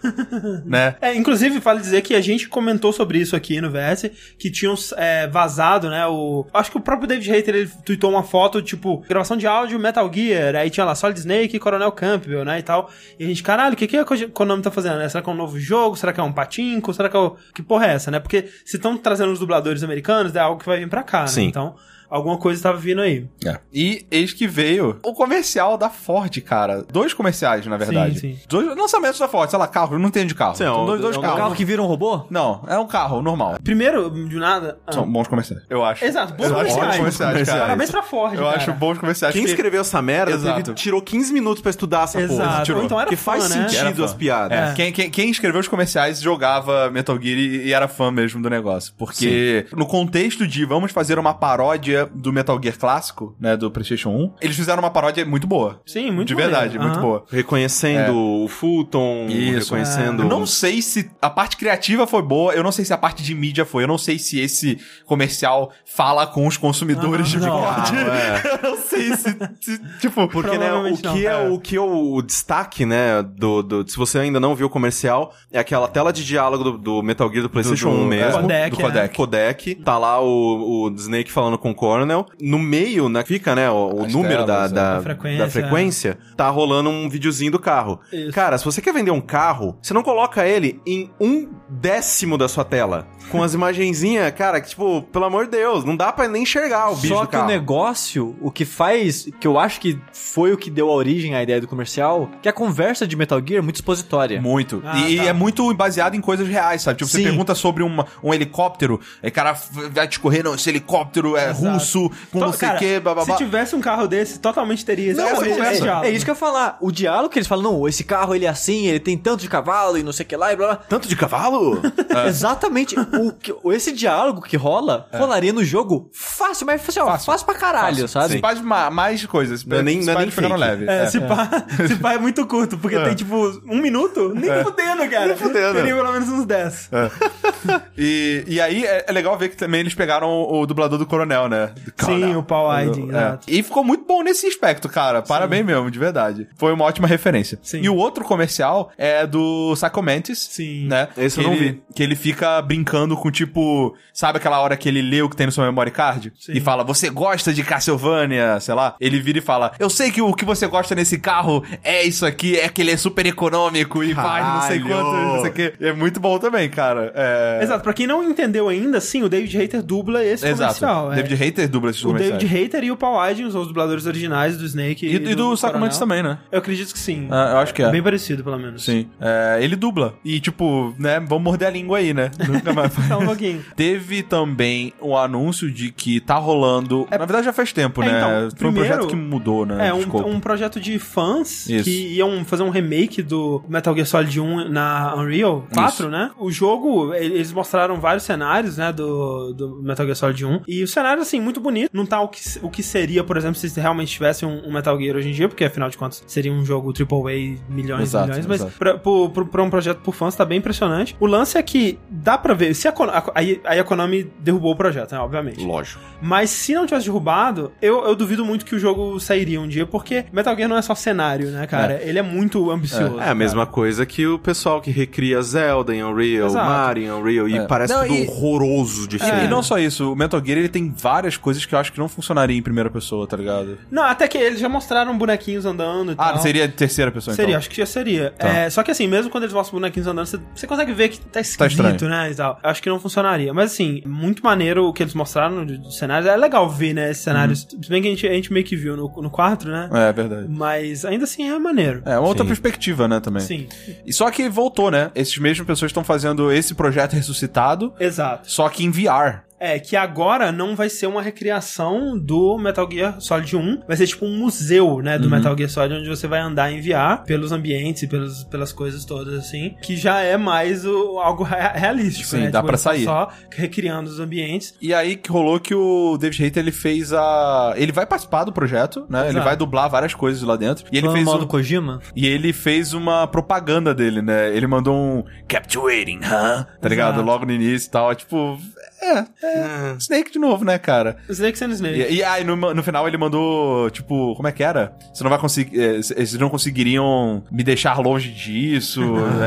B: né?
A: É, inclusive, vale dizer que a gente comentou sobre isso aqui aqui no VS, que tinham é, vazado, né? O. Acho que o próprio David Hater ele tweetou uma foto, tipo, gravação de áudio Metal Gear. Aí tinha lá Solid Snake e Coronel Campbell, né? E tal. E a gente, caralho, o que, que a Koji- Konami tá fazendo, né? Será que é um novo jogo? Será que é um patinco? Será que é o. Que porra é essa, né? Porque se estão trazendo os dubladores americanos, é algo que vai vir pra cá, né?
C: Sim.
A: Então. Alguma coisa tava vindo aí.
B: E eis que veio o comercial da Ford, cara. Dois comerciais, na verdade.
A: Sim, sim.
B: Dois lançamentos da Ford, sei lá, carro, eu não entendo de carro.
C: Sim, é
B: São
C: um-
B: dois, dois
C: é um
D: O
B: carros.
D: carro que vira um robô?
B: Não, é um carro normal.
A: Primeiro, de nada. ah,
B: São bons comerciais, eu acho.
A: Exato, bons
B: Eu acho
A: comerciais.
B: bons comerciais, cara.
A: Parabéns pra Ford.
B: Eu
A: cara.
B: acho bons comerciais.
C: Quem
B: que-
C: escreveu essa merda
B: Exato.
C: teve- tirou 15 minutos pra estudar essa porra.
A: Exato.
C: Tirou.
A: Ou então era
C: Porque
A: fã,
C: faz
A: né?
B: Era
C: sentido
B: fã.
C: as piadas.
A: É.
B: Quem, quem- quem escreveu os comerciais jogava Metal Gear e, e era fã mesmo do negócio. Porque no contexto de vamos fazer uma paródia do Metal Gear clássico, né, do PlayStation 1, eles fizeram uma paródia muito boa.
A: Sim, muito
B: de verdade,
A: maneiro.
B: muito
A: Aham.
B: boa.
C: Reconhecendo o Fulton,
B: Isso.
C: reconhecendo...
B: Eu não sei se a parte criativa foi boa, eu não sei se a parte de mídia foi, eu não sei se esse comercial fala com os consumidores de
A: Ah, Não,
B: bigode.
C: não, é.
B: eu não sei se, se, tipo,
C: Porque, né, o
A: Provavelmente
C: que,
A: não.
C: é,
A: É.
C: o que é o destaque, né, do, do- se você ainda não viu o comercial, é aquela tela de diálogo do, do Metal Gear do PlayStation
B: do-
C: 1 mesmo.
A: é, codec,
C: do
A: né?
C: codec. Codec. Tá lá o, o Snake falando com o Cornell. No meio, né, fica, né, o, o
B: As
C: número da,
B: telas,
C: da,
A: A frequência.
C: da frequência, tá rolando um videozinho do carro.
A: Isso.
C: Cara, se você quer vender um carro, você não coloca ele em um décimo da sua tela. Com as imagenzinhas, cara, que, tipo, pelo amor de Deus, não dá pra nem enxergar Ah, o bicho
D: Só
C: do
D: que
C: carro.
D: o negócio, o que faz, que eu acho que foi o que deu a origem à ideia do comercial, que a conversa de Metal Gear é muito expositória.
B: Muito.
A: Ah,
B: e
A: tá.
B: e é muito baseado em coisas reais, sabe? Tipo, você
D: Sim.
B: pergunta sobre uma- um helicóptero, aí o cara f- vai te correr, não, esse helicóptero é
A: Exato.
B: russo, com
A: Então,
B: não sei o
A: cara,
B: que, blá blá
A: Se
B: blá.
A: tivesse um carro desse, totalmente teria esse
B: Não,
A: essa
B: é
A: conversa.
B: isso,
A: diálogo.
D: É isso que eu ia falar. O diálogo que eles falam, não, esse carro ele é assim, ele tem tanto de cavalo e não sei o que lá e blá blá.
C: Tanto de cavalo?
D: Exatamente. O, que- o- esse diálogo que rola, rolaria no jogo fácil, mas assim, ó, fácil, pra caralho, sabe?
B: Se faz ma- mais coisas.
C: Não é nem-
B: se
C: não é
B: faz
C: nem
B: ficando
C: fake.
B: leve.
A: É, se pá, se pá é muito curto, porque tem tipo um minuto, nem fudendo, cara. Nem
B: fudendo.
A: Teria pelo menos uns 10.
B: E, e aí é, é legal ver que também eles pegaram o, o dublador do Coronel, né? Do
A: Sim, o Paul Aiding,
B: É.
A: exato.
B: E ficou muito bom nesse aspecto, cara. Parabéns mesmo, de verdade. Foi uma ótima referência.
A: Sim.
B: E o outro comercial é do Psycho Mantis.
A: Sim.
B: Né?
C: Esse
B: que
C: eu não
B: ele,
C: vi.
B: Que ele fica brincando com, tipo... Sabe aquela hora que ele lê o que tem no seu memory card?
A: Sim.
B: E fala, você gosta de Castlevania, sei lá. Ele vira e fala, eu sei que o que você gosta nesse carro é isso aqui, é que ele é super econômico e faz não sei
C: Caralho!
B: quanto, não sei o quê. É muito bom também, cara. É...
A: Exato, pra quem não entendeu ainda, sim, o David Hater dubla esse
B: Exato.
A: comercial. é.
B: David Hater dubla esses
A: o
B: comerciais.
A: David Hater e o Paul Aiding são os dubladores originais do Snake
B: E, e do Psycho
A: Coronel.
B: Mantis também, né?
A: Eu acredito que sim.
B: Ah, eu acho que é.
A: Bem parecido, pelo menos.
B: Sim. É, ele dubla. E, tipo, né? Vamos morder a língua aí, né? Nunca mais.
A: Tá um pouquinho.
B: Teve também o anúncio de que tá rolando. Na verdade, já faz tempo,
A: É,
B: né?
A: então,
B: Foi um
A: primeiro-
B: projeto que mudou, né?
A: É, um,
B: Desculpa.
A: um projeto de fãs
B: Isso.
A: que iam fazer um remake do Metal Gear Solid 1 na Unreal 4,
B: Isso.
A: né? O jogo, e- eles mostraram vários cenários, né, do, do Metal Gear Solid 1. E o cenário, assim, muito bonito. Não tá o que, o que seria, por exemplo, se realmente tivesse um, um Metal Gear hoje em dia, porque afinal de contas seria um jogo AAA milhões
B: Exato,
A: e milhões. Mas
B: exato.
A: pra, pro- pro- pra um projeto por fãs tá bem impressionante. O lance é que dá pra ver. Se a, Kon- a, aí, aí a Konami derrubou o projeto, né, obviamente.
C: Lógico.
A: Mas se não tivesse derrubado, eu, eu duvido muito que o jogo sairia um dia, porque Metal Gear não é só cenário, né, cara? Ele é muito ambicioso.
C: É a mesma coisa que o pessoal que recria Zelda em Unreal,
A: Exato. É.
C: Mario em Unreal, e
B: É.
C: parece
B: Não,
C: tudo
B: e-
C: horroroso de feio.
B: E não só isso, o Metal Gear ele tem várias coisas que eu acho que não funcionaria em primeira pessoa, tá ligado?
A: Não, até que eles já mostraram bonequinhos andando e
B: Ah,
A: tal.
B: seria de terceira pessoa
A: Então, Seria,
B: então.
A: acho que já seria. É, só que assim, mesmo quando eles mostram bonequinhos andando, você, você consegue ver que tá esquisito,
B: estranho.
A: né? E tal. Acho que não funcionaria. Mas assim, muito maneiro o que eles mostraram de- dos cenários. É legal ver, né, esses cenários. Se bem que a gente, a gente meio que viu no, no 4, né?
B: Uhum. É, verdade.
A: Mas ainda assim é maneiro.
B: É, uma outra
C: Sim.
B: perspectiva, né, também.
A: Sim,
B: E só que voltou, né? Esses mesmos pessoas estão fazendo esse projeto ressuscitado,
A: exato.
B: só que em VR.
A: É, que agora não vai ser uma recriação do Metal Gear Solid 1, vai ser tipo um museu, né, do
B: Uhum.
A: Metal Gear Solid, onde você vai andar e enviar pelos ambientes e pelos, pelas coisas todas, assim, que já é mais o- algo rea- realístico,
B: Sim,
A: né?
B: dá pra
A: eles tão
B: sair.
A: Só recriando os ambientes.
B: E aí que rolou que o David Hayter, ele fez a... Ele vai participar do projeto, né? Ele
A: Exato.
B: vai dublar várias coisas lá dentro. E ele,
D: Falando
B: fez
D: mal
B: um-
D: do Kojima?
B: e ele fez uma propaganda dele, né? Ele mandou um... Captuating, huh? Tá ligado?
A: Exato.
B: Logo no início e tal. Tipo... É, é é Snake de novo, né, cara?
A: Snake sendo Snake.
B: E, e aí, no, no final ele mandou, tipo, como é que era? Você não vai conseguir. eh, c- Vocês não conseguiriam me deixar longe disso.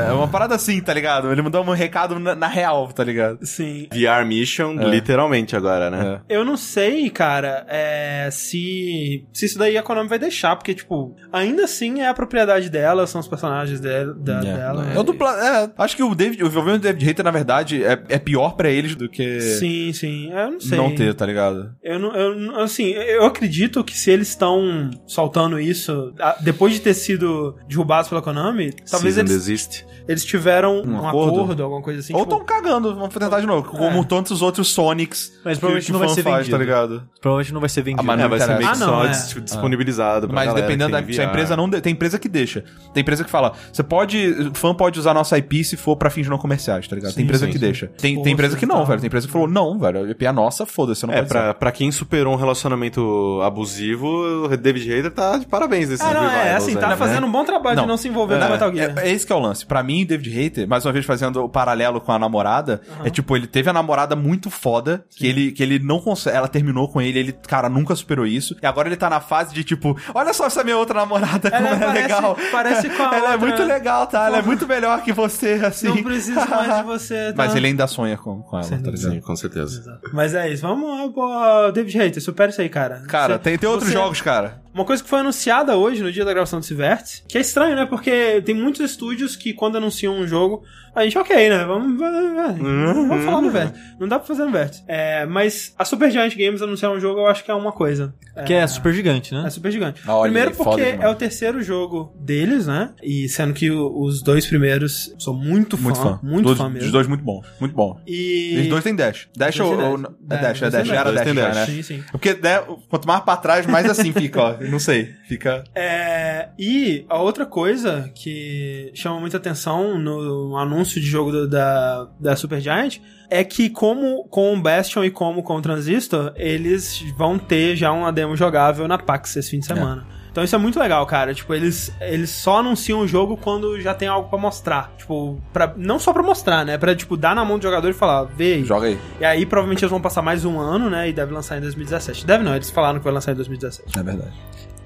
B: é uma parada assim, tá ligado? Ele mandou um recado na, na real, tá ligado?
A: Sim.
C: VR Mission, literalmente agora, né?
B: É.
A: Eu não sei, cara, é, se, se isso daí a Konami vai deixar, porque, tipo, ainda assim é a propriedade dela, são os personagens de- da- dela.
B: É o do pla- é, acho que o David, o envolvimento do David Hater, na verdade, é, é pior pra eles do que
A: Sim, sim. Eu não sei.
B: não ter, tá ligado?
A: Eu não, eu não- assim, eu acredito que se eles estão soltando isso, a- depois de ter sido derrubados pela Konami, talvez
C: Season
A: eles,
C: desiste.
A: eles tiveram um, acordo?
B: acordo?
A: alguma coisa assim.
B: Ou
A: tipo,
B: tão cagando, vamos tentar de novo. Como tantos outros Sonics.
D: Mas
B: que-
D: provavelmente
B: que
D: não vai
B: fã
D: ser
B: faz,
D: vendido.
B: tá ligado?
D: Provavelmente não vai ser vendido.
B: Ah, mas não
C: é, vai ser
B: interessa.
C: meio que
A: Ah, não,
C: só
A: é.
C: dis- disponibilizado pra
B: Mas
C: galera
B: dependendo
C: que
B: da
C: tem
B: se a
C: VR.
B: empresa não de- tem empresa que deixa. Tem empresa que fala, você pode, fã pode usar nossa IP se for pra fins não comerciais, tá ligado?
A: Sim,
B: tem empresa
A: sim,
B: que
A: sim.
B: deixa. Tem,
A: Poxa,
B: tem empresa que não,
A: tá.
B: velho. Tem empresa que falou, não, velho, a IP é nossa, foda-se, você não
C: É,
B: pode usar.
C: pra, pra quem superou um relacionamento abusivo, o David Hader tá de parabéns nesse
A: Ah, não, é,
C: revivals
A: assim,
C: aí,
A: tá
C: né?
A: fazendo um bom trabalho de
B: Não.
A: não tá se envolver no Metal Gear.
B: É, é esse que é o lance. Pra mim, David Hater, mais uma vez fazendo o paralelo com a namorada, é tipo, ele teve a namorada muito foda, que ele, que ele não consegue. Ela terminou com ele, ele, cara, nunca superou isso. E agora ele tá na fase de tipo, olha só essa minha outra namorada,
A: Ela
B: como ela é
A: parece-
B: legal.
A: parece com a
B: Ela é
A: outra.
B: muito legal, tá? Ela é muito melhor que você, assim.
A: Não preciso mais de você. tá?
B: Mas ele é ainda sonha com, com ela, tá ligado?
C: Sim, com certeza.
A: Mas é isso, vamos, pô, David Hater, supera isso aí, cara.
B: Cara,
A: Você-
B: tem, tem outros
A: você- é
B: jogos, cara.
A: Uma coisa que foi anunciada hoje, no dia da gravação desse vértice, que é estranho, né? Porque tem muitos estúdios que quando anunciam um jogo, a gente, ok, né? Vamos, vai- vai-
B: Uhum.
A: vamos falar no vértice. Não dá pra fazer no vértice. É, mas a Supergiant Games anunciar um jogo, eu acho que é uma coisa.
D: Que é super gigante,
A: É
D: né?
A: super gigante.
B: Olha aí,
A: Primeiro
B: foda
A: porque
B: demais.
A: é o terceiro jogo deles, né? E sendo que o- os dois primeiros sou muito fã,
B: Muito fã.
A: muito
B: Dois-
A: fã
B: Os
A: mesmo.
B: dois muito bom. Muito bom.
A: E
B: Os dois tem Dash. Dash
A: Dois
B: ou.
A: tem
B: ou-
A: Dash.
B: É Dash, é
A: Dois tem
B: Dash. Já era
C: Dois
B: Dash,
C: tem
B: já,
C: Dash.
B: né?
A: Sim, sim.
B: Porque né, quanto mais pra trás, mais assim fica, ó. Não sei. Fica.
A: É, e a outra coisa que chama muita atenção no anúncio de jogo do- da, da Supergiant é que como com o Bastion e como com o Transistor, eles vão ter já uma demo jogável na PAX esse fim de semana. Então isso é muito legal, cara. Tipo, eles, eles só anunciam o jogo quando já tem algo pra mostrar. Tipo, pra, não só pra mostrar, né? Pra, tipo, dar na mão do jogador e falar, vê aí.
B: Joga aí.
A: E aí provavelmente eles vão passar mais um ano, né? E deve lançar em 2017. Deve não, eles falaram que vai lançar em 2017.
B: É verdade.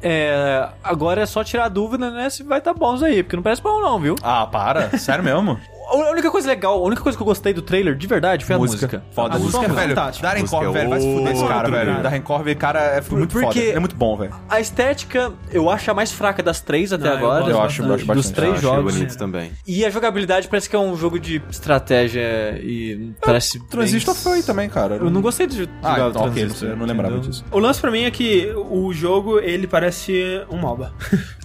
D: É, agora é só tirar a dúvida, né? Se vai tá bom isso aí, porque não parece bom, não, viu?
B: Ah, para. Sério mesmo?
D: A única coisa legal, a única coisa que eu gostei do trailer, de verdade, foi a música.
B: Foda.
A: A
B: A
A: música
B: música,
A: é
B: velho.
A: fantástica.
B: Darren
C: Música
B: Corv,
C: é
B: velho. Vai se fuder esse cara,
C: outro
B: velho.
C: nível.
B: Darren Corv, cara, é muito
D: Porque-
B: foda. Ele É muito bom, velho.
D: A estética, eu acho a mais fraca das três até
A: Não, eu
D: agora.
A: gosto
B: Ah, Eu acho- eu acho
D: Dos
B: bastante.
D: três
C: Ah, achei
D: jogos.
C: bonito
A: é.
C: também.
D: E a jogabilidade parece que é um jogo de estratégia e parece.
B: Transistor
D: bem-
B: foi também, cara.
D: Eu não gostei de
B: Ah,
D: jogar
B: então, ok.
D: Transistor,
B: Eu não lembrava
D: entendeu?
B: disso.
A: O lance pra mim é que o jogo, ele parece um MOBA.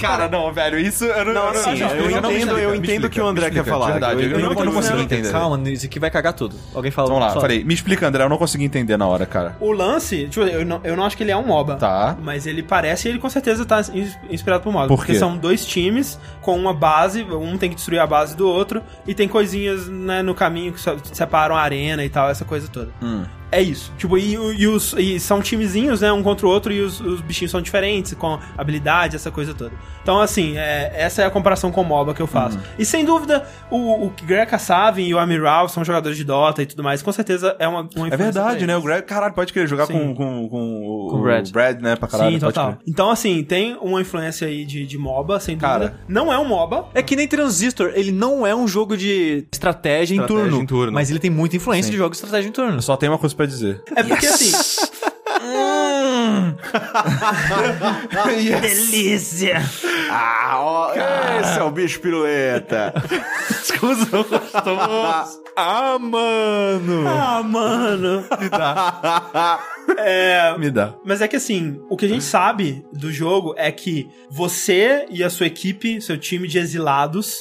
B: Cara, não, velho. Isso eu não...
C: Não, assim, eu entendo, eu entendo o que o André quer falar.
B: verdade. Eu,
C: Eu
B: não,
C: não
B: não consigo
C: consigo
B: entender.
D: Calma, isso aqui vai cagar tudo. Alguém fala.
B: Vamos lá,
D: só-
B: falei. Me explica, André. Eu não consegui entender na hora, cara.
A: O lance, tipo, eu não, eu não acho que ele é um MOBA.
B: Tá.
A: Mas ele parece, ele com certeza tá ins- inspirado por MOBA.
B: Por
A: porque
B: quê?
A: são dois times com uma base, um tem que destruir a base do outro, e tem coisinhas né, no caminho que só- separam a arena e tal, essa coisa toda.
B: Hum.
A: É isso. Tipo, e, o- e os, e são timezinhos, né? Um contra o outro e os, os bichinhos são diferentes, com habilidade, essa coisa toda. Então, assim, é- essa é a comparação com o MOBA que eu faço.
B: Uhum.
A: E sem dúvida, o, o Greg Savin e o Amiral são jogadores de Dota e tudo mais, com certeza é uma, uma
B: É verdade, né? O Greg, caralho, pode querer jogar
A: Sim.
B: com, com, com, o-
D: Com o Brad.
B: o Brad, né? Pra caralho,
A: Sim,
B: pode
A: total.
B: crer.
A: Então, assim, tem uma influência aí de, de MOBA, sem
B: Cara.
A: dúvida. Não é um MOBA.
D: É que nem Transistor, ele não é um jogo de estratégia, em,
C: Estratégia
D: turno,
C: em turno.
D: Mas ele tem muita influência
B: Sim.
D: de jogos de estratégia em turno.
B: Só tem uma coisa pra dizer.
A: É porque, assim...
B: Yes.
A: Delícia!
C: Ah, ó, esse é o bicho pirueta.
B: Exclusão gostoso. ah, mano.
A: Ah, mano!
B: Me dá.
A: É...
B: Me dá.
A: Mas é que assim, o que a gente sabe do jogo é que você e a sua equipe, seu time de exilados,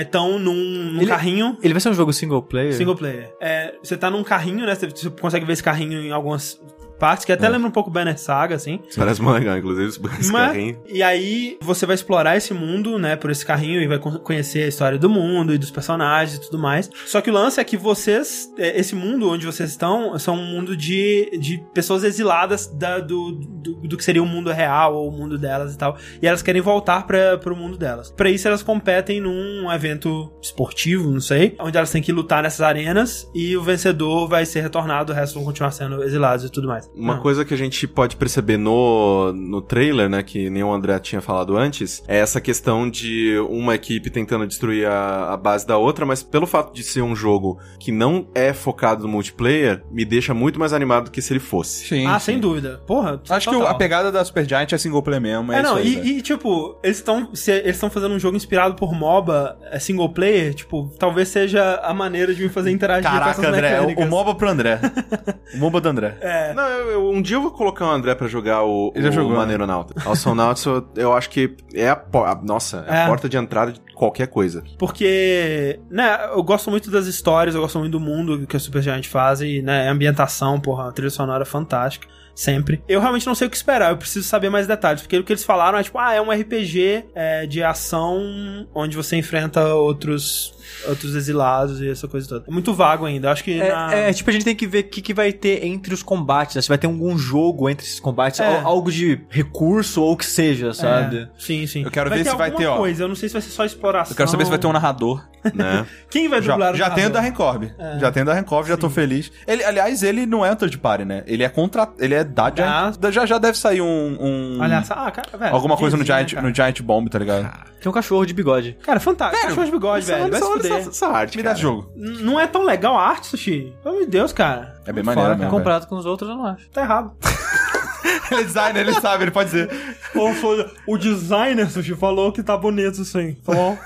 A: estão num, num
D: Ele-
A: carrinho. É,
D: Ele vai ser um jogo single player?
A: Single player. É, você tá num carrinho, né? Você, você consegue ver esse carrinho em algumas partes, que até lembra um pouco Banner Saga, assim.
C: Parece muito legal, inclusive, esse esse
A: Mas-
C: carrinho.
A: E aí você vai explorar esse mundo, né, por esse carrinho e vai con- conhecer a história do mundo e dos personagens e tudo mais. Só que o lance é que vocês, é, esse mundo onde vocês estão, são um mundo de, de pessoas exiladas da- do, do, do que seria o mundo real ou o mundo delas e tal. E elas querem voltar para pro mundo delas. Pra isso elas competem num evento esportivo, não sei, onde elas têm que lutar nessas arenas e o vencedor vai ser retornado, o resto vão continuar sendo exilados e tudo mais.
C: Uma
A: Ah.
C: coisa que a gente pode perceber no, no trailer, né, que nem o André tinha falado antes, é essa questão de uma equipe tentando destruir a, a base da outra, mas pelo fato de ser um jogo que não é focado no multiplayer, me deixa muito mais animado do que se ele fosse.
B: Sim.
A: Ah, sem dúvida. Porra,
B: Acho que o-
A: total.
B: a pegada da Supergiant é single player mesmo. É,
A: É, não,
B: isso aí,
A: e-
B: velho.
A: e, tipo, eles estão eles estão fazendo um jogo inspirado por MOBA, é, single player, tipo, talvez seja a maneira de me fazer interagir com
B: Caraca,
A: essas
B: André, é o,
A: mecânicas.
B: o MOBA pro André. o MOBA do André.
A: É,
C: Não, eu, eu- um dia eu vou colocar o André pra jogar o,
B: Ele já
C: o
B: jogou,
C: Maneironauta. Né? Alsonauts, eu, eu acho que é a, po- a- nossa, é
A: É.
C: a porta de entrada de qualquer coisa.
A: porque, né, eu gosto muito das histórias, eu gosto muito do mundo que a Supergiant faz e, né, a ambientação, porra, a trilha sonora é fantástica. Sempre. Eu realmente não sei o que esperar, eu preciso saber mais detalhes, porque o que eles falaram é tipo, ah, é um RPG é, de ação onde você enfrenta outros outros exilados e essa coisa toda. É muito vago ainda, acho que na-
D: É, é, tipo, a gente tem que ver o que, que vai ter entre os combates, né? Se vai ter algum jogo entre esses combates,
A: É.
D: al- algo de recurso ou o que seja, sabe?
A: É, sim, sim.
B: Eu quero ver se vai
A: alguma
B: ter, ó.
A: coisa, eu não sei se vai ser só exploração.
B: Eu quero saber se vai ter um narrador.
C: Né?
A: Quem vai então
B: Já,
A: é dublar o
B: já tem o
A: narrador? É.
B: da Rencorb. Já tem o da Rencorb, já tô feliz. Ele, aliás, ele não é third party, né? Ele é contra... Ele é da Giant. Já já deve sair um... um-
A: Ah. Olha só, ah, cara, velho.
B: alguma coisa no
A: dizem,
B: Giant,
A: né, cara?
B: no Giant Bomb, tá ligado?
D: Tem um cachorro de bigode.
A: Cara, fantástico. Cachorro de bigode,
B: é
C: é
A: velho. Vai se
C: Olha essa,
A: fuder.
C: essa arte,
B: Me dá
C: cara.
B: esse jogo.
A: N- Não é tão legal a arte, Sushi. Pelo amor de Deus, cara.
B: É bem
A: Muito
B: maneiro
A: fora, cara.
B: mesmo.
D: Comparado com os outros, eu não acho.
A: Tá errado.
B: ele é designer, ele sabe, ele pode dizer.
A: o designer, Sushi, falou que tá bonito isso aí, tá bom?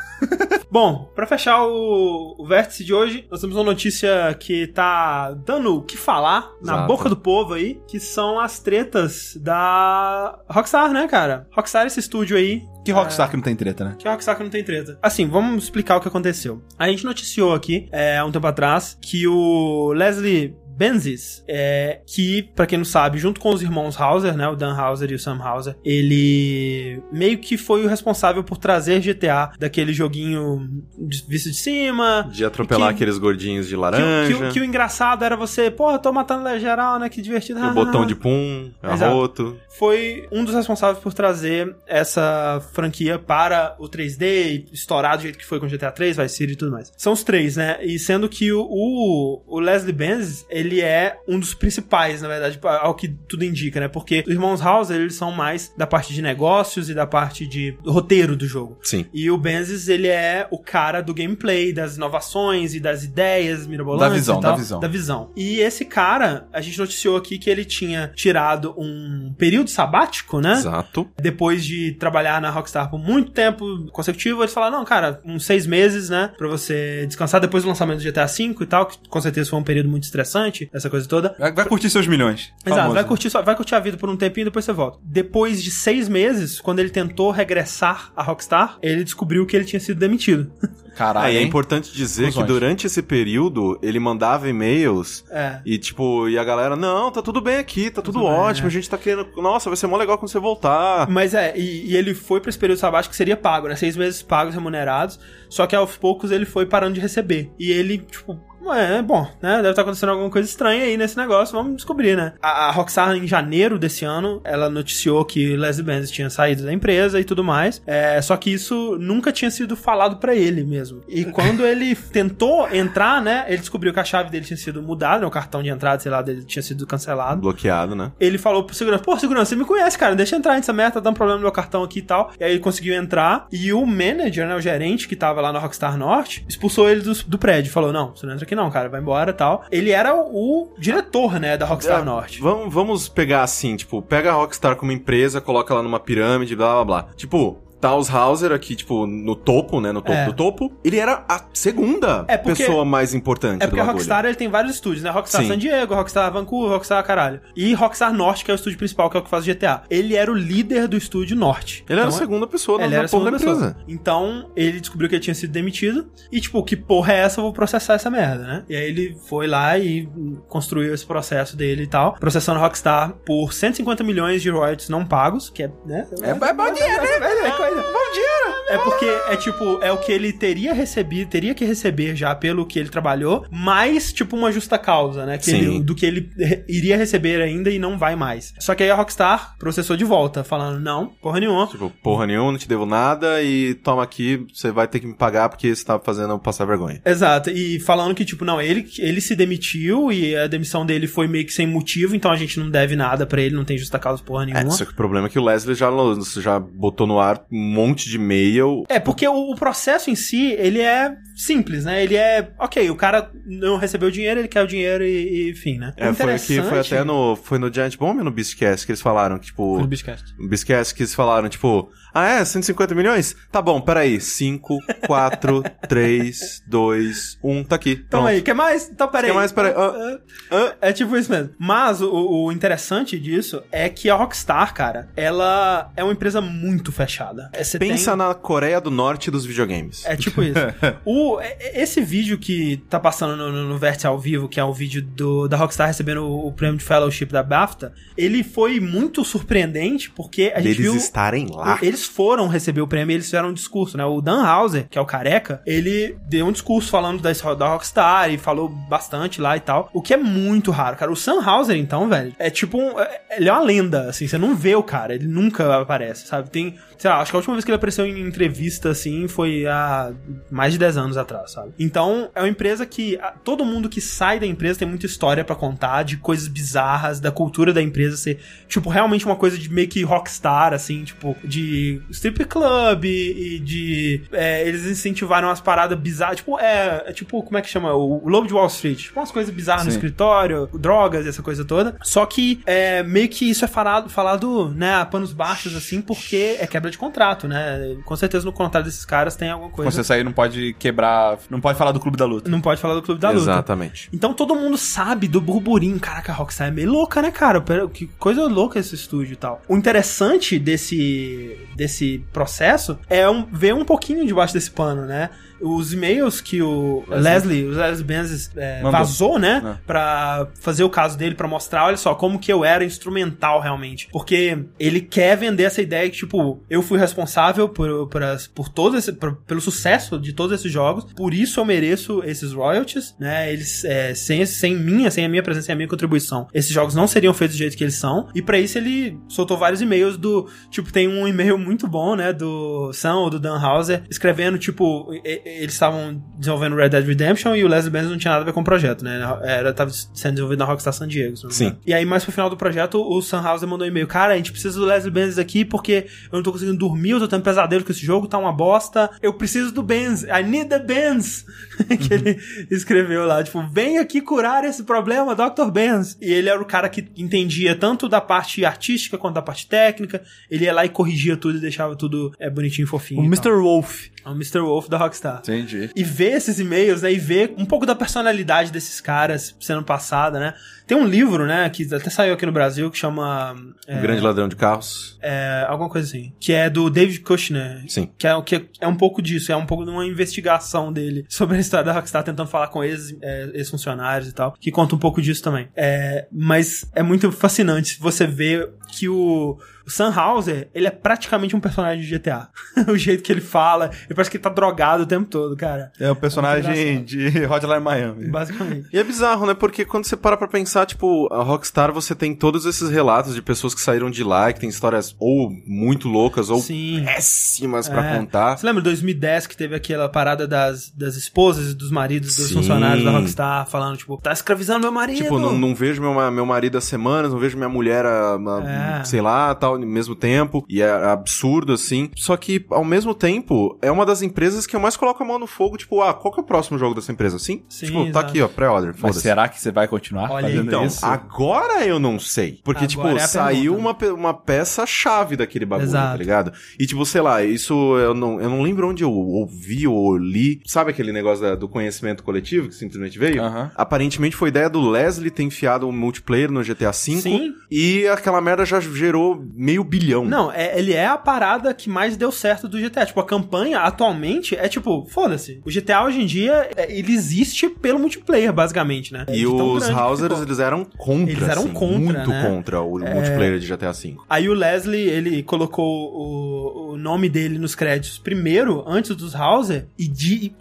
A: Bom, pra fechar o, o vértice de hoje, nós temos uma notícia que tá dando o que falar na
C: Exato.
A: boca do povo aí, que são as tretas da Rockstar, né, cara? Rockstar, é esse estúdio aí,
B: Que Rockstar que não tem treta, né?
A: Que a Rockstar não tem treta. Assim, vamos explicar o que aconteceu. A gente noticiou aqui, é, há um tempo atrás, que o Leslie Benzies, é, que, pra quem não sabe, junto com os irmãos Hauser, né, o Dan Hauser e o Sam Hauser, ele meio que foi o responsável por trazer GTA daquele joguinho de- visto de cima,
C: De atropelar
A: Que-
C: aqueles gordinhos de
A: que, o-
C: laranja.
A: que o- que o engraçado era você, porra, tô matando geral, né, que divertido.
C: O botão de pum,
A: Exato.
C: arroto.
A: foi um dos responsáveis por trazer essa franquia para o 3D e estourar do jeito que foi com GTA 3, Vice City e tudo mais. São os três, né? E sendo que o, o, o Leslie Benz, ele é um dos principais, na verdade, pa- ao que tudo indica, né? Porque os irmãos House, eles são mais da parte de negócios e da parte de roteiro do jogo.
C: Sim.
A: E o Benzes, ele é o cara do gameplay, das inovações e das ideias mirabolantes.
B: Da visão,
A: e tal,
B: da visão.
A: Da visão. E esse cara, a gente noticiou aqui que ele tinha tirado um período sabático, né?
C: Exato.
A: Depois de trabalhar na Rockstar por muito tempo consecutivo, eles falaram, não, cara, uns seis meses, né? Pra você descansar depois do lançamento do GTA V e tal, que com certeza foi um período muito estressante, essa coisa toda.
B: Vai, vai curtir seus milhões.
A: Exato,
B: Famoso.
A: vai curtir, sua- vai curtir a vida por um tempinho e depois você volta. Depois de seis meses, quando ele tentou regressar à Rockstar, ele descobriu que ele tinha sido demitido.
B: Caralho,
C: Ah, e é
B: hein?
C: importante dizer
B: Conclusões.
C: que durante esse período ele mandava e-mails
A: É.
C: e tipo, e a galera, não, tá tudo bem aqui, tá tudo,
A: Tudo bem,
C: ótimo,
A: é.
C: a gente tá querendo, nossa, vai ser mó legal quando você voltar.
A: Mas é, e, e ele foi pra esse período sabático que seria pago, né? Seis meses pagos, remunerados. Só que aos poucos ele foi parando de receber. E ele, tipo, é, bom, né? Deve estar acontecendo alguma coisa estranha aí nesse negócio, vamos descobrir, né? A, a Rockstar, em janeiro desse ano, ela noticiou que Leslie Benz tinha saído da empresa e tudo mais. É, só que isso nunca tinha sido falado pra ele mesmo. E quando ele tentou entrar, né? Ele descobriu que a chave dele tinha sido mudada, né? O cartão de entrada, sei lá, dele tinha sido cancelado
C: Bloqueado, né?
A: ele falou pro segurança, pô, segurança, você me conhece, cara, deixa eu entrar nessa merda, tá dando problema no meu cartão aqui e tal. E aí ele conseguiu entrar, e o manager, né, o gerente que tava lá no Rockstar Norte, expulsou ele do, do prédio, falou, não, você não entra aqui não, cara, vai embora e tal. Ele era o, o diretor, né, da Rockstar
C: É,
A: Norte.
C: Vamos, vamos pegar assim, tipo, pega a Rockstar como empresa, coloca ela numa pirâmide, blá blá blá. Tipo, Taushauser aqui, tipo, no topo, né? No topo
A: É.
C: do topo. Ele era a segunda
A: É, porque-
C: pessoa mais importante
A: É
C: do
A: porque a
C: bagulho.
A: Rockstar ele tem vários estúdios, né? Rockstar
C: Sim.
A: San Diego, Rockstar Vancouver, Rockstar caralho. E Rockstar Norte, que é o estúdio principal, que é o que faz o GTA. Ele era o líder do estúdio Norte.
C: Ele era
A: Então,
C: a segunda pessoa
A: Ele
C: da,
A: era a
C: da porra da
A: segunda
C: empresa.
A: pessoa. Então, ele descobriu que ele tinha sido demitido. E, tipo, que porra é essa? Eu vou processar essa merda, né? E aí ele foi lá e construiu esse processo dele e tal. Processando a Rockstar por 150 milhões de royalties não pagos, que é, né?
B: É, é bom dinheiro, né?
A: É coisa. Bom dinheiro! É porque é tipo, é o que ele teria recebido, teria que receber já pelo que ele trabalhou, mais tipo uma justa causa, né? Que
C: Sim.
A: ele- do que ele re- iria receber ainda e não vai mais. Só que aí a Rockstar processou de volta, falando, não, porra nenhuma.
C: Tipo, porra nenhuma, não te devo nada e toma aqui, você vai ter que me pagar porque você tá fazendo eu passar vergonha.
A: Exato, e falando que, tipo, não, ele, ele se demitiu e a demissão dele foi meio que sem motivo, então a gente não deve nada pra ele, não tem justa causa porra
C: É,
A: nenhuma.
C: só que o problema é que o Leslie já, lan- já botou no ar um monte de e-mail.
A: É, porque o, o processo em si, ele é simples, né? Ele é, ok, o cara não recebeu o dinheiro, ele quer o dinheiro e, e fim, né?
C: É, foi aqui, foi
A: Interessante-
C: até no, foi no Giant Bomb ou no Beastcast que eles falaram que, tipo,
A: Foi no Beastcast.
C: Esquece que eles falaram, tipo, ah é, 150 milhões? Tá bom, peraí. 5, 4, 3, 2, 1, tá aqui.
A: Então
C: Pronto.
A: aí, quer mais? Então peraí.
C: Quer mais? Peraí.
A: Ah, ah, É tipo isso mesmo. Mas o, o interessante disso é que a Rockstar, cara, ela é uma empresa muito fechada. É, você
C: Pensa
A: tem-
C: na Coreia do Norte dos videogames.
A: É tipo isso. O, é- é- esse vídeo que tá passando no, no, no Vértice ao vivo, que é o vídeo do, da Rockstar recebendo o, o prêmio de Fellowship da BAFTA, ele foi muito surpreendente porque a gente
C: Deles
A: viu...
C: estarem lá.
A: Eles foram receber o prêmio e eles fizeram um discurso, né? O Dan Houser, que é o careca, ele deu um discurso falando da, da Rockstar e falou bastante lá e tal. O que é muito raro, cara. O Sam Houser, então, velho, é tipo um. é- Ele é uma lenda, assim. Você não vê o cara, ele nunca aparece, sabe? Tem. Sei lá, acho que a última vez que ele apareceu em entrevista, assim, foi há mais de 10 anos atrás, sabe? Então, é uma empresa que. a- Todo mundo que sai da empresa tem muita história pra contar, de coisas bizarras, da cultura da empresa ser tipo, realmente uma coisa de meio que rockstar, assim, tipo, de strip club e e de. é, eles incentivaram umas paradas bizarras, tipo, é, é tipo, como é que chama? O, o Lobo de Wall Street. Tipo, umas coisas bizarras no
B: Sim.
A: escritório, drogas e essa coisa toda. Só que é, meio que isso é falado, falado, né, a panos baixos, assim, porque é quebra de contrato, né? Com certeza no contrato desses caras tem alguma coisa.
B: Quando você sair, não pode quebrar. Não pode falar do clube da luta.
A: Não pode falar do clube da luta.
C: Exatamente.
A: Então todo mundo sabe do burburinho. Caraca, a Rockstar é meio louca, né, cara? Pera- Que coisa louca esse estúdio e tal. O interessante desse, desse processo é um- ver um pouquinho debaixo desse pano, né? Os e-mails que o Leslie, o Leslie Benzies é,
B: Mandou.
A: vazou, né?
B: É.
A: Pra fazer o caso dele, pra mostrar, olha só, como que eu era instrumental realmente. Porque ele quer vender essa ideia que, tipo, eu fui responsável por, por, as- por todo esse, por- pelo sucesso de todos esses jogos, por isso eu mereço esses royalties, né? Eles, é, sem, sem minha, sem a minha presença, sem a minha contribuição, esses jogos não seriam feitos do jeito que eles são. E pra isso ele soltou vários e-mails do, tipo, tem um e-mail muito bom, né, do Sam ou do Dan Houser, escrevendo, tipo, e- e- eles estavam desenvolvendo Red Dead Redemption e o Leslie Benz não tinha nada a ver com o projeto, né? Era, tava sendo desenvolvido na Rockstar San Diego. se não me
C: Sim.
A: engano. E aí, mais pro final do projeto, o Sam Houser mandou um e-mail, cara, a gente precisa do Leslie Benz aqui porque eu não tô conseguindo dormir, eu tô tendo pesadelo com esse jogo, tá uma bosta, eu preciso do Benz, I need the Benz! que ele escreveu lá, tipo, vem aqui curar esse problema, Dr. Benz! E ele era o cara que entendia tanto da parte artística quanto da parte técnica, ele ia lá e corrigia tudo e deixava tudo é, bonitinho, fofinho.
D: O
A: e tal.
D: Mr. Wolf.
A: É o Mr. Wolf da Rockstar.
B: Entendi.
A: E ver esses e-mails, né? E ver um pouco da personalidade desses caras sendo passada, né? Tem um livro, né? Que até saiu aqui no Brasil que chama.
C: Um
A: É,
C: grande ladrão de carros.
A: é, alguma coisa assim. Que é do David Kushner.
C: Sim.
A: Que é, o que é um pouco disso, é um pouco de uma investigação dele sobre a história da Rockstar, tentando falar com ex- é, ex-funcionários e tal, que conta um pouco disso também. É, mas é muito fascinante você ver que o, o Sam Houser, ele é praticamente um personagem de GTA. o jeito que ele fala, ele parece que ele tá drogado o tempo todo, cara.
B: É o
A: Engraçado.
B: personagem de Hotline Miami.
A: Basicamente.
C: E é bizarro, né? Porque quando você para pra pensar, tipo, a Rockstar, você tem todos esses relatos de pessoas que saíram de lá, que tem histórias ou muito loucas ou
A: Sim.
C: péssimas pra
A: É.
C: contar.
A: Você lembra 2010 que teve aquela parada das, das esposas e dos maridos dos
C: Sim.
A: funcionários da Rockstar falando, tipo, tá escravizando meu marido.
C: Tipo, não, não vejo meu, ma- meu marido há semanas, não vejo minha mulher há, há-
A: É.
C: sei lá, tal. ao mesmo tempo, e é absurdo, assim. Só que, ao mesmo tempo, é uma das empresas que eu mais coloco a mão no fogo, tipo, ah, qual que é o próximo jogo dessa empresa? Sim?
A: Sim,
C: tipo,
A: exato.
C: tá aqui, ó, pré-order,
B: Mas
C: foda-se.
B: será que você vai continuar
A: Olha aí,
B: fazendo
C: Então,
B: isso?
C: agora eu não sei. Porque,
A: Agora
C: tipo,
A: é a pergunta.
C: saiu uma, pe- uma peça-chave daquele bagulho,
A: Exato.
C: tá ligado? E, tipo, sei lá, isso eu não, eu não lembro onde eu ouvi ou li. Sabe aquele negócio da- do conhecimento coletivo que simplesmente veio?
A: Ah.
B: Aham.
C: Aparentemente foi ideia do Leslie ter enfiado o multiplayer no GTA V.
A: Sim.
C: E aquela merda já gerou meio bilhão.
A: Não, é- ele é a parada que mais deu certo do GTA. Tipo, a campanha atualmente é tipo, foda-se. O GTA hoje em dia, é, ele existe pelo multiplayer, basicamente, né?
C: E
A: De tão
C: os
A: grande que
C: Housers,
A: ficou.
C: eles eram contra,
A: Eles eram
C: assim,
A: contra,
C: muito
A: né?
C: contra o multiplayer de GTA V.
A: Aí o Leslie, ele colocou o, o nome dele nos créditos primeiro, antes dos Hauser, e de-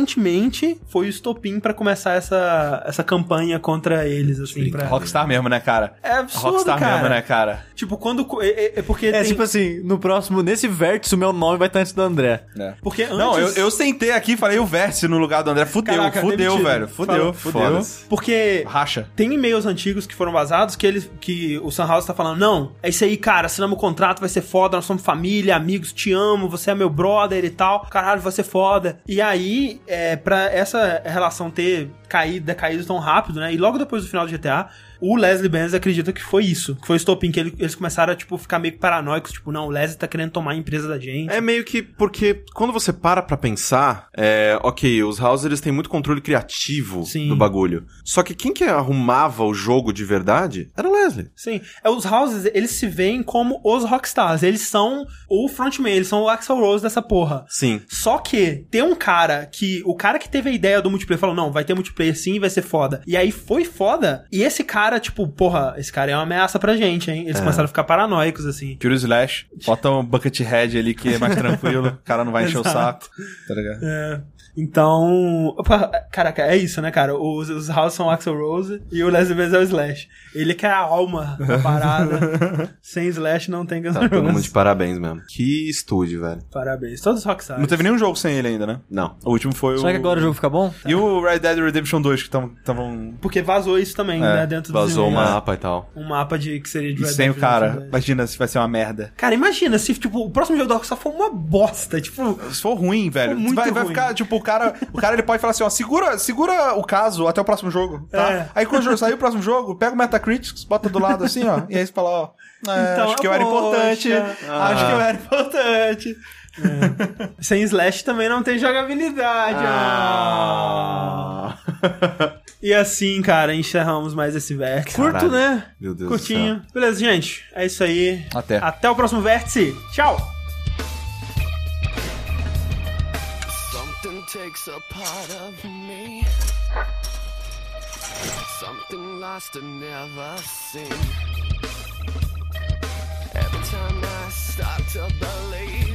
A: aparentemente foi o estopim pra começar essa, essa campanha contra eles, assim. Pra...
B: Rockstar mesmo, né, cara?
A: É absurdo,
B: Rockstar
A: cara.
B: mesmo, né, cara?
A: Tipo, quando... co- É, é- é porque
D: É
A: tem-
D: tipo assim, no próximo, nesse vértice, o meu nome vai estar antes do André.
A: Porque antes...
B: assim, Não, eu, eu sentei aqui e falei o vértice no lugar do André. Fudeu,
A: Caraca,
B: fudeu,
A: demitido.
B: velho. Fudeu,
A: Falou,
B: fudeu.
C: foda-se.
A: Porque
B: Racha.
A: Tem e-mails antigos que foram vazados que eles que o Sam House tá falando: "Não, é isso aí, cara, assinamos o contrato, vai ser foda, nós somos família, amigos, te amo, você é meu brother e tal. Caralho, vai ser foda". E aí, é para essa relação ter caído, decaído tão rápido, né? E logo depois do final do GTA, o Leslie Benz acredita que foi isso, que foi o estopim que ele- eles começaram a tipo ficar meio paranoicos, tipo, não, o Leslie tá querendo tomar a empresa da gente.
C: É meio que porque quando você para pra pensar, é, ok, os House eles têm muito controle criativo
A: Sim.
C: do bagulho. Só que quem que arrumava o jogo de verdade era o Leslie.
A: Sim, é, os Houses, eles se veem como os rockstars, eles são o frontman, eles são o Axel Rose dessa porra.
C: Sim.
A: Só que tem um cara que. O cara que teve a ideia do multiplayer falou: não, vai ter multiplayer sim, vai ser foda. E aí foi foda. E esse cara, tipo, porra, esse cara é uma ameaça pra gente, hein? Eles
B: É.
A: começaram a ficar paranoicos, assim.
B: Tira o slash, bota um bucket head ali que é mais tranquilo, o cara não vai encher o
A: Exato.
B: saco. Tá ligado?
A: É. Então. Opa, caraca, é isso, né, cara? Os, os House são o Axel Rose e o Leslie Benz é o Slash. Ele que é a alma da parada. Sem Slash não tem Guns
C: Tá
A: N'
C: todo mundo
A: Roses.
C: de parabées mesmo. Que estúdio, velho.
A: Parabéns. Todos os rockstars.
B: Não teve nenhum jogo sem ele ainda, né?
C: Não.
B: O último foi o.
D: Será que agora o jogo fica bom?
B: E o Red Dead Redemption 2, que estavam.
A: Porque vazou isso também, né? Dentro dos
C: Vazou o
A: e-mails.
C: mapa e tal.
A: Um mapa de que seria de
B: É, E
A: Red
B: sem
A: Dead
B: o cara.
A: Redemption dois.
B: Imagina se vai ser uma merda.
A: Cara, imagina se tipo, o próximo jogo da Rockstar for uma bosta. Tipo,
B: Se for ruim, velho.
A: muito
B: vai, vai
A: ruim.
B: ficar, tipo, o cara. O cara ele pode falar assim, ó, segura, segura o caso até o próximo jogo. Tá?
A: É.
B: Aí quando o jogo sair o próximo jogo, pega o Metacritics, bota do lado assim, ó. E aí você fala, ó. é,
A: Então,
B: acho que eu era
A: poxa.
B: importante.
A: Ah.
B: Acho que eu era importante. É.
A: sem Slash também não tem jogabilidade. ah. E assim, cara, encerramos mais esse vértice.
D: Curto,
C: Caralho.
D: né?
C: Meu Deus do céu.
A: Curtinho. Beleza, gente. É isso aí.
B: Até.
A: Até o próximo vértice. Tchau.
E: Something takes a part of me. Something lost and never seen. Every time I start to believe.